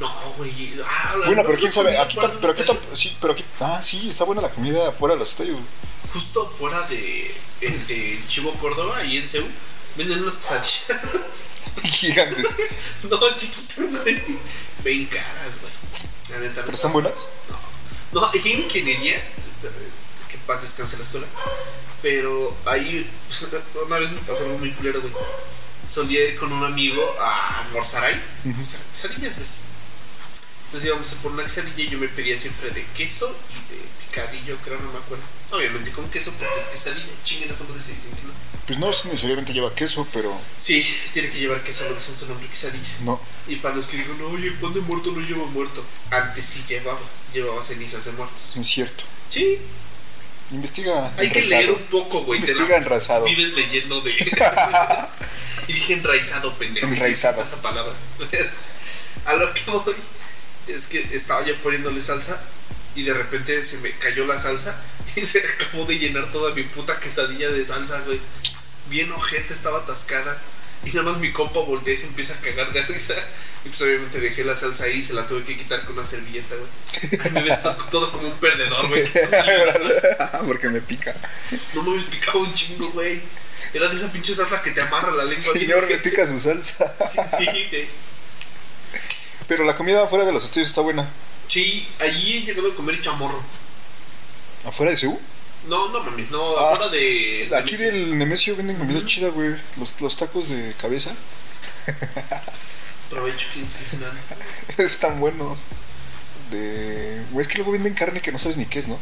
[SPEAKER 1] No, güey. Ah,
[SPEAKER 2] bueno,
[SPEAKER 1] no,
[SPEAKER 2] pero quién
[SPEAKER 1] no
[SPEAKER 2] sabe.
[SPEAKER 1] sabía
[SPEAKER 2] Aquí,
[SPEAKER 1] cuál
[SPEAKER 2] tam- pero aquí,
[SPEAKER 1] estadio.
[SPEAKER 2] tam- sí, pero aquí. Ah, sí, está buena la comida afuera de los estadios. güey.
[SPEAKER 1] Justo fuera de, el de Chivo Córdoba, ahí en Seúl, venden unas quesadillas.
[SPEAKER 2] Gigantes.
[SPEAKER 1] no, chiquitas, güey. Ven caras, güey. La neta, no sabe.
[SPEAKER 2] ¿Pero están buenas?
[SPEAKER 1] No, no, hay ingeniería. Que paz descanse la escuela. Pero ahí una vez me pasó algo muy culero, güey. Solía ir con un amigo a almorzar ahí. quesadillas, güey. Entonces íbamos a por una quesadilla y yo me pedía siempre de queso y de picadillo, creo, no me acuerdo. Obviamente con queso porque es quesadilla. Chinguen a hombres se dicen que no.
[SPEAKER 2] Pues no sí, necesariamente lleva queso, pero
[SPEAKER 1] Sí, tiene que llevar queso, lo dicen su nombre, quesadilla.
[SPEAKER 2] no.
[SPEAKER 1] Y para los que digan, oye, el pan de muerto no lleva muerto. Antes sí llevaba, llevaba cenizas de muertos.
[SPEAKER 2] No es cierto.
[SPEAKER 1] Sí,
[SPEAKER 2] Investiga.
[SPEAKER 1] hay que
[SPEAKER 2] enraizado.
[SPEAKER 1] leer un poco, güey. te la-
[SPEAKER 2] Investiga enraizado.
[SPEAKER 1] Vives leyendo de. y dije enraizado, pendejo.
[SPEAKER 2] Enraizado.
[SPEAKER 1] Enraizado. esa palabra. A lo que voy es que estaba yo poniéndole salsa y de repente se me cayó la salsa y se acabó de llenar toda mi puta quesadilla de salsa, güey. Bien ojete, estaba atascada. Y nada más mi compa voltea y se empieza a cagar de risa. Y pues obviamente dejé la salsa ahí y se la tuve que quitar con una servilleta, güey. Ay, Me ves to- todo como un perdedor, güey.
[SPEAKER 2] Porque me pica.
[SPEAKER 1] No me habías picado un chingo, güey. Era de esa pinche salsa que te amarra la lengua. bien
[SPEAKER 2] Señor, me
[SPEAKER 1] ojete.
[SPEAKER 2] pica su salsa.
[SPEAKER 1] Sí, sí, güey.
[SPEAKER 2] Pero la comida afuera de los estadios está buena.
[SPEAKER 1] Sí, allí he llegado a comer chamorro.
[SPEAKER 2] ¿Afuera de Seúl?
[SPEAKER 1] No, no mames, no,
[SPEAKER 2] Ah,
[SPEAKER 1] afuera de... de
[SPEAKER 2] Aquí
[SPEAKER 1] Messi.
[SPEAKER 2] del Nemesio venden comida
[SPEAKER 1] Ujú.
[SPEAKER 2] chida, güey. Los, los tacos de cabeza
[SPEAKER 1] Aprovecho que no estoy cenando.
[SPEAKER 2] están buenos. De... Güey, es que luego venden carne que no sabes ni qué es, ¿no?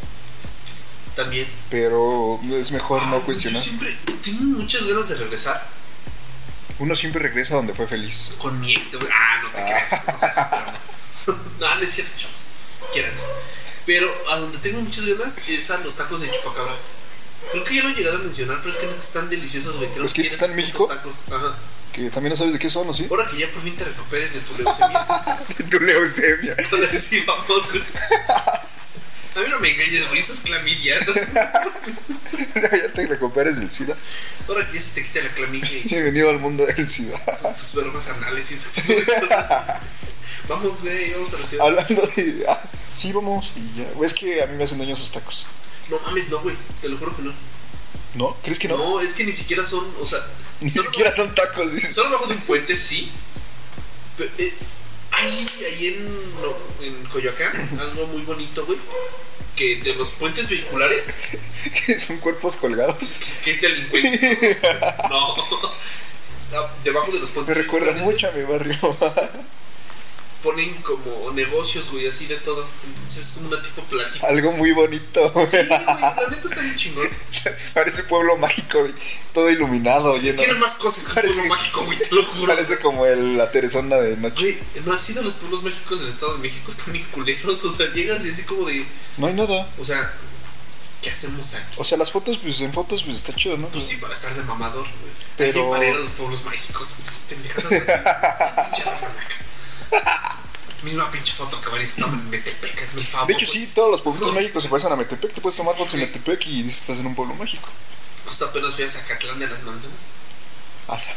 [SPEAKER 1] También.
[SPEAKER 2] Pero es mejor
[SPEAKER 1] Ah,
[SPEAKER 2] no cuestionar.
[SPEAKER 1] Yo siempre tengo muchas ganas de regresar
[SPEAKER 2] Uno siempre regresa donde fue feliz.
[SPEAKER 1] con mi ex. de- Ah, no te
[SPEAKER 2] Ah.
[SPEAKER 1] creas. No, seas broma. no, no es cierto, chavos. Quiéranse. Pero a donde tengo muchas ganas es a los tacos de chupacabras. Creo que ya lo he llegado a mencionar, pero es que neta están deliciosos, güey. Tenemos
[SPEAKER 2] ¿Los que
[SPEAKER 1] ir a
[SPEAKER 2] están en
[SPEAKER 1] esos
[SPEAKER 2] México?
[SPEAKER 1] putos Tacos. Ajá.
[SPEAKER 2] Que también no sabes de qué son, ¿o sí?
[SPEAKER 1] Ahora que ya por fin te recuperes de tu leucemia.
[SPEAKER 2] tu leucemia.
[SPEAKER 1] Ahora sí, vamos, güey. A mí no me engañes, güey, eso es clamidia.
[SPEAKER 2] ya te recuperes del SIDA.
[SPEAKER 1] Ahora que ya se te quita la clamidia y
[SPEAKER 2] Bienvenido al mundo del SIDA.
[SPEAKER 1] tus verbas análisis. ese tipo de cosas. este, Vamos, güey, vamos a la ciudad.
[SPEAKER 2] Hablando de. ah, sí, vamos. Y ya. Güey, es que a mí me hacen daño esos tacos.
[SPEAKER 1] No mames, no, güey, te lo juro que no.
[SPEAKER 2] ¿No? ¿Crees que
[SPEAKER 1] No,
[SPEAKER 2] no?
[SPEAKER 1] es que ni siquiera son, o sea,
[SPEAKER 2] Ni
[SPEAKER 1] solo-
[SPEAKER 2] siquiera son tacos. dices.
[SPEAKER 1] Solo bajo de un puente, sí. Pero, eh, ahí, ahí en, no, en Coyoacán, algo muy bonito, güey. Que de los puentes vehiculares,
[SPEAKER 2] que son cuerpos colgados.
[SPEAKER 1] que es delincuencia. No. No, Debajo de los
[SPEAKER 2] Me
[SPEAKER 1] puentes.
[SPEAKER 2] recuerda
[SPEAKER 1] vehiculares,
[SPEAKER 2] mucho a mi barrio.
[SPEAKER 1] güey, Ponen como negocios, güey, así de todo. Entonces es como una tipo plástico.
[SPEAKER 2] Algo muy bonito.
[SPEAKER 1] Sí, güey, la neta está bien chingón.
[SPEAKER 2] Parece pueblo mágico, güey. todo iluminado, lleno.
[SPEAKER 1] Tiene más cosas que un pueblo
[SPEAKER 2] Parece-
[SPEAKER 1] mágico, güey, te lo juro.
[SPEAKER 2] Parece como el, la Teresonda de noche.
[SPEAKER 1] Güey, no ha sido los pueblos mágicos del Estado de México, están bien culeros. O sea, llegas y así como de.
[SPEAKER 2] No hay nada.
[SPEAKER 1] O sea, ¿qué hacemos aquí?
[SPEAKER 2] O sea, las fotos, pues en fotos, pues está chido, ¿no?
[SPEAKER 1] Pues sí, para estar de mamador, güey.
[SPEAKER 2] Pero-
[SPEAKER 1] Pero... para ir a los pueblos mágicos, esas pendejadas. esas pinchadas a la cara. Misma pinche foto que van y se toman en Metepec, es mi favor.
[SPEAKER 2] De hecho, sí, todos los pueblos
[SPEAKER 1] No,
[SPEAKER 2] mágicos se parecen a Metepec. Te puedes
[SPEAKER 1] Sí,
[SPEAKER 2] tomar
[SPEAKER 1] sí,
[SPEAKER 2] fotos en
[SPEAKER 1] güey.
[SPEAKER 2] Metepec y dices que estás en un pueblo mágico.
[SPEAKER 1] Justo apenas fui a Zacatlán de las Manzanas.
[SPEAKER 2] Ah, O sea,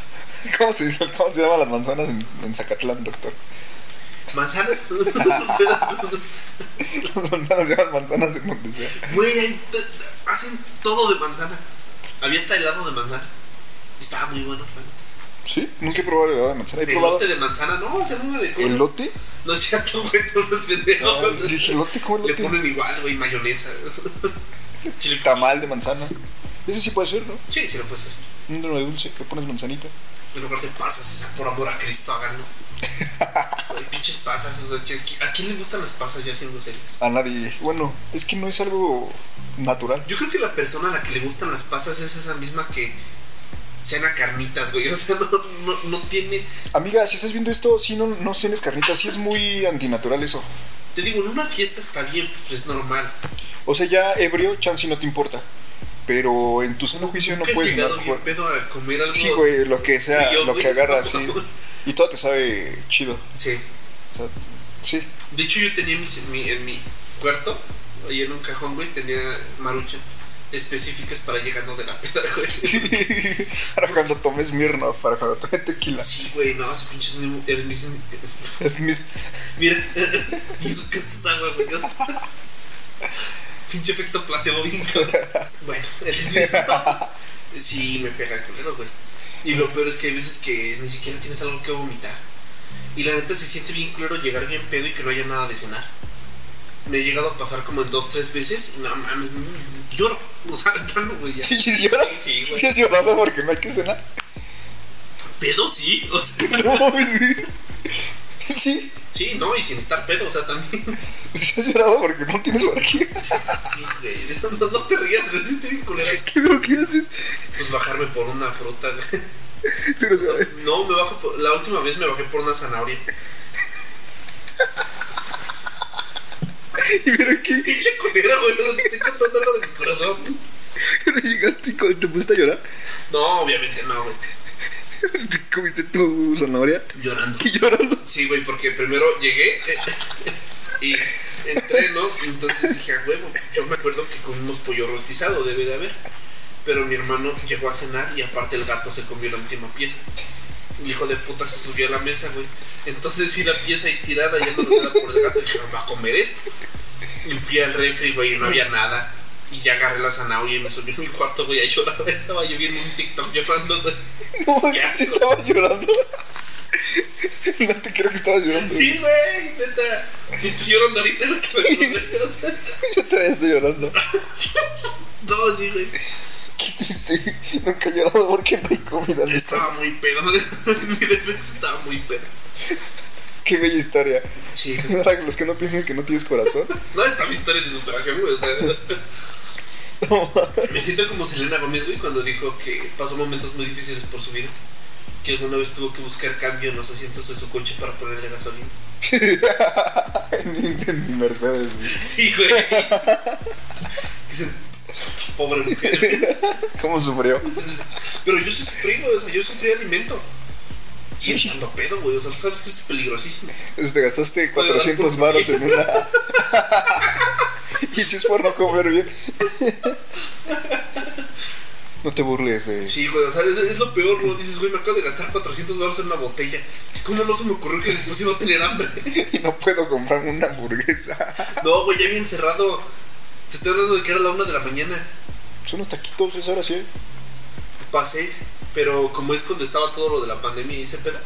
[SPEAKER 2] ¿cómo se, dice- cómo se llaman las manzanas en, en Zacatlán, doctor?
[SPEAKER 1] ¿Manzanas? O sea,
[SPEAKER 2] Las manzanas se llaman manzanas en donde sea.
[SPEAKER 1] Güey, ahí t- hacen todo de manzana. Había hasta helado de manzana. Y Estaba muy bueno, la neta.
[SPEAKER 2] ¿Sí? Nunca he probado el helado de manzana. He probado
[SPEAKER 1] Elote de manzana, no, hacen una de cola.
[SPEAKER 2] elote.
[SPEAKER 1] No es cierto, güey, no seas pendejo.
[SPEAKER 2] Ah, sí, elote, ¿cómo
[SPEAKER 1] Le
[SPEAKER 2] elote?
[SPEAKER 1] ponen igual, güey, mayonesa. Chile
[SPEAKER 2] Tamal de manzana. Eso sí puede ser, ¿no?
[SPEAKER 1] Sí, sí lo puedes hacer.
[SPEAKER 2] Un de dulce, le pones manzanita.
[SPEAKER 1] En lugar de pasas, o sea, por amor a Cristo, háganlo. Ay, pinches pasas, o sea, ¿qui- qui- ¿a quién le gustan las pasas ya siendo serios?
[SPEAKER 2] A nadie. Bueno, es que no es algo natural.
[SPEAKER 1] Yo creo que la persona a la que le gustan las pasas es esa misma que cena carnitas, güey. O sea, no, no, no tiene.
[SPEAKER 2] Amiga, si estás viendo esto, sí, no, no cenes carnitas, sí es muy antinatural eso.
[SPEAKER 1] Te digo, en una fiesta está bien, pues es normal.
[SPEAKER 2] O sea, ya ebrio, chance no te importa. Pero en tu sano juicio no
[SPEAKER 1] Nunca he
[SPEAKER 2] puedes
[SPEAKER 1] llegado
[SPEAKER 2] no
[SPEAKER 1] bien pedo a comer algo.
[SPEAKER 2] Sí, güey, lo que sea,
[SPEAKER 1] frío,
[SPEAKER 2] lo
[SPEAKER 1] güey.
[SPEAKER 2] que agarras, sí. Y todo te sabe chido.
[SPEAKER 1] Sí.
[SPEAKER 2] O sea, sí.
[SPEAKER 1] De hecho, yo tenía mis- en, mi, en mi cuarto, ahí en un cajón, güey, tenía marucha específicas para llegando de la peda, güey.
[SPEAKER 2] para cuando tomes mirno, para cuando tomes tequila.
[SPEAKER 1] Sí, güey, no, esos pinches ni- eres mis-
[SPEAKER 2] Es mi-
[SPEAKER 1] Mira, y eso que esto es agua, güey. o sea, pinche efecto placebo bien cabrón. Bueno, el lesbianismo sí me pega el culero, güey. Y lo peor es que hay veces que ni siquiera tienes algo que vomitar. Y la neta se siente bien culero llegar bien pedo y que no haya nada de cenar. Me he llegado a pasar como en dos, tres veces y no mames, mm, lloro. O sea, de plano, güey, ya.
[SPEAKER 2] Sí, sí, lloras.
[SPEAKER 1] Sí,
[SPEAKER 2] Sí,
[SPEAKER 1] güey.
[SPEAKER 2] has llorado porque no hay que cenar.
[SPEAKER 1] ¿Pedo? Sí, o sea,
[SPEAKER 2] No mames, güey. Sí,
[SPEAKER 1] sí, no, y sin estar pedo, o sea, también.
[SPEAKER 2] sí has llorado porque no tienes para qué.
[SPEAKER 1] Sí, güey, no, no te rías, güey, se siente bien culero.
[SPEAKER 2] ¿Qué veo que haces?
[SPEAKER 1] Pues bajarme por una fruta, güey.
[SPEAKER 2] Pero,
[SPEAKER 1] O sea, No, me bajo por- la última vez me bajé por una zanahoria.
[SPEAKER 2] y pero que
[SPEAKER 1] Pinche culera, güey. no Te estoy contando algo de mi corazón.
[SPEAKER 2] pero llegaste y co- te pusiste a llorar.
[SPEAKER 1] No, obviamente no, güey.
[SPEAKER 2] Te comiste tu zanahoria
[SPEAKER 1] Llorando.
[SPEAKER 2] y llorando.
[SPEAKER 1] Sí, güey, porque primero llegué eh, y entré, ¿no? Entonces dije, a huevo, yo me acuerdo que comimos pollo rostizado, debe de haber. Pero mi hermano llegó a cenar y aparte el gato se comió la última pieza. El hijo de puta se subió a la mesa, güey. Entonces vi la pieza ahí tirada, ya no nada por el gato. Dije, no me va a comer esto. Y fui al refri, güey, y no había nada. Y ya agarré la zanahoria y me subí a mi cuarto, güey, a llorar. Estaba yo viendo un TikTok llorando, güey.
[SPEAKER 2] No, sí estaba llorando. No te creo que estabas llorando.
[SPEAKER 1] Sí, güey, neta. Y estoy llorando ahorita lo que me acordé, o sea,
[SPEAKER 2] Yo todavía estoy llorando.
[SPEAKER 1] No, sí, güey.
[SPEAKER 2] Qué triste. Nunca he llorado porque no hay comida. en esta-
[SPEAKER 1] Estaba muy pedo. Mi defensa estaba muy pedo.
[SPEAKER 2] Qué bella historia.
[SPEAKER 1] Sí, güey.
[SPEAKER 2] Para los que no piensan que no tienes corazón.
[SPEAKER 1] No, esta mi historia de superación, güey. O sea, me siento como Selena Gómez, güey, cuando dijo que pasó momentos muy difíciles por su vida. Que alguna vez tuvo que buscar cambio en los asientos de su coche para ponerle gasolina.
[SPEAKER 2] Ni en mi Mercedes. güey.
[SPEAKER 1] Sí, güey. Dicen, pobre mujer.
[SPEAKER 2] ¿Cómo sufrió?
[SPEAKER 1] Pero yo sí sufrí, güey. O sea, yo sufrí alimento.
[SPEAKER 2] Sí.
[SPEAKER 1] Sí, estando pedo, güey. O sea, tú sabes que eso es peligrosísimo.
[SPEAKER 2] Pues te gastaste 400 varos en una. Y si es por no comer bien. No te burles de.
[SPEAKER 1] Sí, güey, o sea, es, es lo peor, ¿no? Dices, güey, me acabo de gastar 400 baros en una botella. ¿Cómo no se me ocurrió que después iba a tener hambre?
[SPEAKER 2] Y no puedo comprarme una hamburguesa.
[SPEAKER 1] No, güey, ya bien cerrado. Te estoy hablando de que era la una de la mañana.
[SPEAKER 2] Son unos taquitos, es ahora sí.
[SPEAKER 1] Pasé, pero como es cuando estaba todo lo de la pandemia y ese pedo,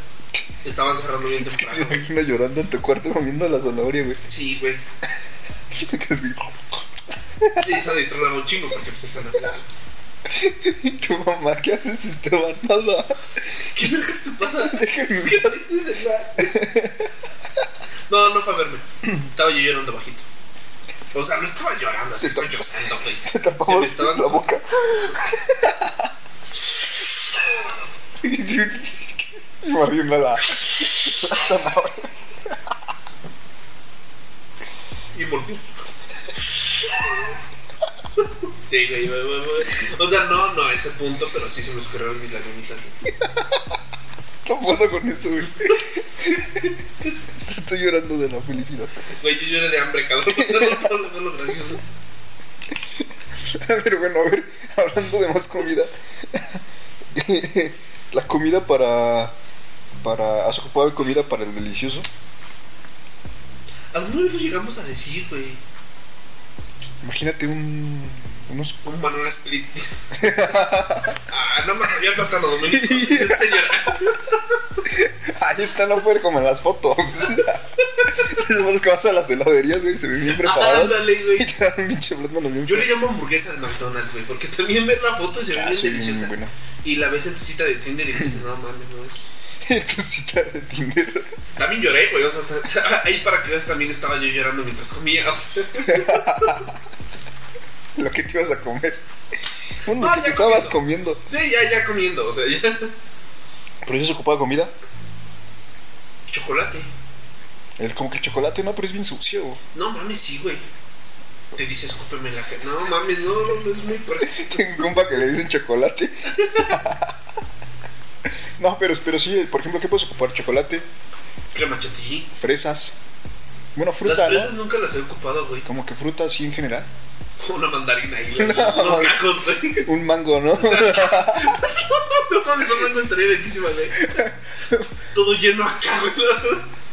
[SPEAKER 1] estaban cerrando bien
[SPEAKER 2] Que te
[SPEAKER 1] temprano. güey.
[SPEAKER 2] imagino llorando en tu cuarto comiendo la zanahoria, güey.
[SPEAKER 1] Sí, güey.
[SPEAKER 2] Y te quedas bien.
[SPEAKER 1] Y esa de tronar un chingo porque pues esa Navidad.
[SPEAKER 2] Y tu mamá, ¿qué haces, Esteban? Nada.
[SPEAKER 1] ¿Qué vergas te pasa?
[SPEAKER 2] Déjenme
[SPEAKER 1] Es que no viste celular. No, no fue a verme. Estaba yo llorando bajito. O sea, no estaba llorando, así estaba llorando, güey.
[SPEAKER 2] Te
[SPEAKER 1] Se me
[SPEAKER 2] tapamos
[SPEAKER 1] estaba
[SPEAKER 2] la boca. Y yo- y mordiendo la, la zanahoria.
[SPEAKER 1] Y mordió. Sí, güey, güey, güey, güey. O sea, no, no a ese punto, pero sí se me escurrieron mis lagrimitas. güey.
[SPEAKER 2] No puedo con eso, güey. Estoy llorando de la felicidad.
[SPEAKER 1] Güey, yo lloré de hambre, cabrón. O sea, no, no, no, lo gracioso.
[SPEAKER 2] Pero bueno, a ver, hablando de más comida. la comida para. para ¿Has ocupado comida para el delicioso?
[SPEAKER 1] ¿Alguna vez lo llegamos a decir, güey?
[SPEAKER 2] Imagínate un. unos.
[SPEAKER 1] Un banana split. ah, no más había plátano dominico. Señora.
[SPEAKER 2] Ahí está la oferta como en las fotos. Esos los que vas a las heladerías, güey, se ven bien preparados.
[SPEAKER 1] Ah, Ándale,
[SPEAKER 2] Y
[SPEAKER 1] güey.
[SPEAKER 2] te dan un pinche plátano bien
[SPEAKER 1] Yo
[SPEAKER 2] frío.
[SPEAKER 1] le llamo hamburguesa de McDonald's, güey, porque también ver la foto se ve
[SPEAKER 2] Ah,
[SPEAKER 1] bien
[SPEAKER 2] sí,
[SPEAKER 1] deliciosa.
[SPEAKER 2] bueno.
[SPEAKER 1] Y la ves en tu cita de Tinder y dices, no mames, no es.
[SPEAKER 2] tu cita de Tinder.
[SPEAKER 1] También lloré, güey. O sea, ta- ta- ahí para que veas también estaba yo llorando mientras comía. O sea,
[SPEAKER 2] Lo que te ibas a comer. Bueno,
[SPEAKER 1] No,
[SPEAKER 2] ¿qué
[SPEAKER 1] ya
[SPEAKER 2] te estabas comiendo?
[SPEAKER 1] sí, ya, ya comiendo. O sea, ya.
[SPEAKER 2] ¿Pero eso se ocupaba comida?
[SPEAKER 1] Chocolate.
[SPEAKER 2] Es como que el chocolate, no, pero es bien sucio. güey.
[SPEAKER 1] No mames, sí, güey. Te dice, escúpeme la cara. No mames, no, no, no es muy por.
[SPEAKER 2] Tengo un compa que le dicen chocolate. no, pero, pero sí, por ejemplo, ¿qué puedes ocupar? Chocolate,
[SPEAKER 1] Crema chantilly.
[SPEAKER 2] fresas. Bueno,
[SPEAKER 1] Las
[SPEAKER 2] fruta,
[SPEAKER 1] fresas
[SPEAKER 2] ¿no?
[SPEAKER 1] nunca las he ocupado, güey.
[SPEAKER 2] Como que fruta, sí, en general.
[SPEAKER 1] Una mandarina y
[SPEAKER 2] No,
[SPEAKER 1] los
[SPEAKER 2] güey.
[SPEAKER 1] cajos, güey.
[SPEAKER 2] Un mango, ¿no?
[SPEAKER 1] No mames, esa mango estaría bellísima, güey. Todo lleno acá, güey.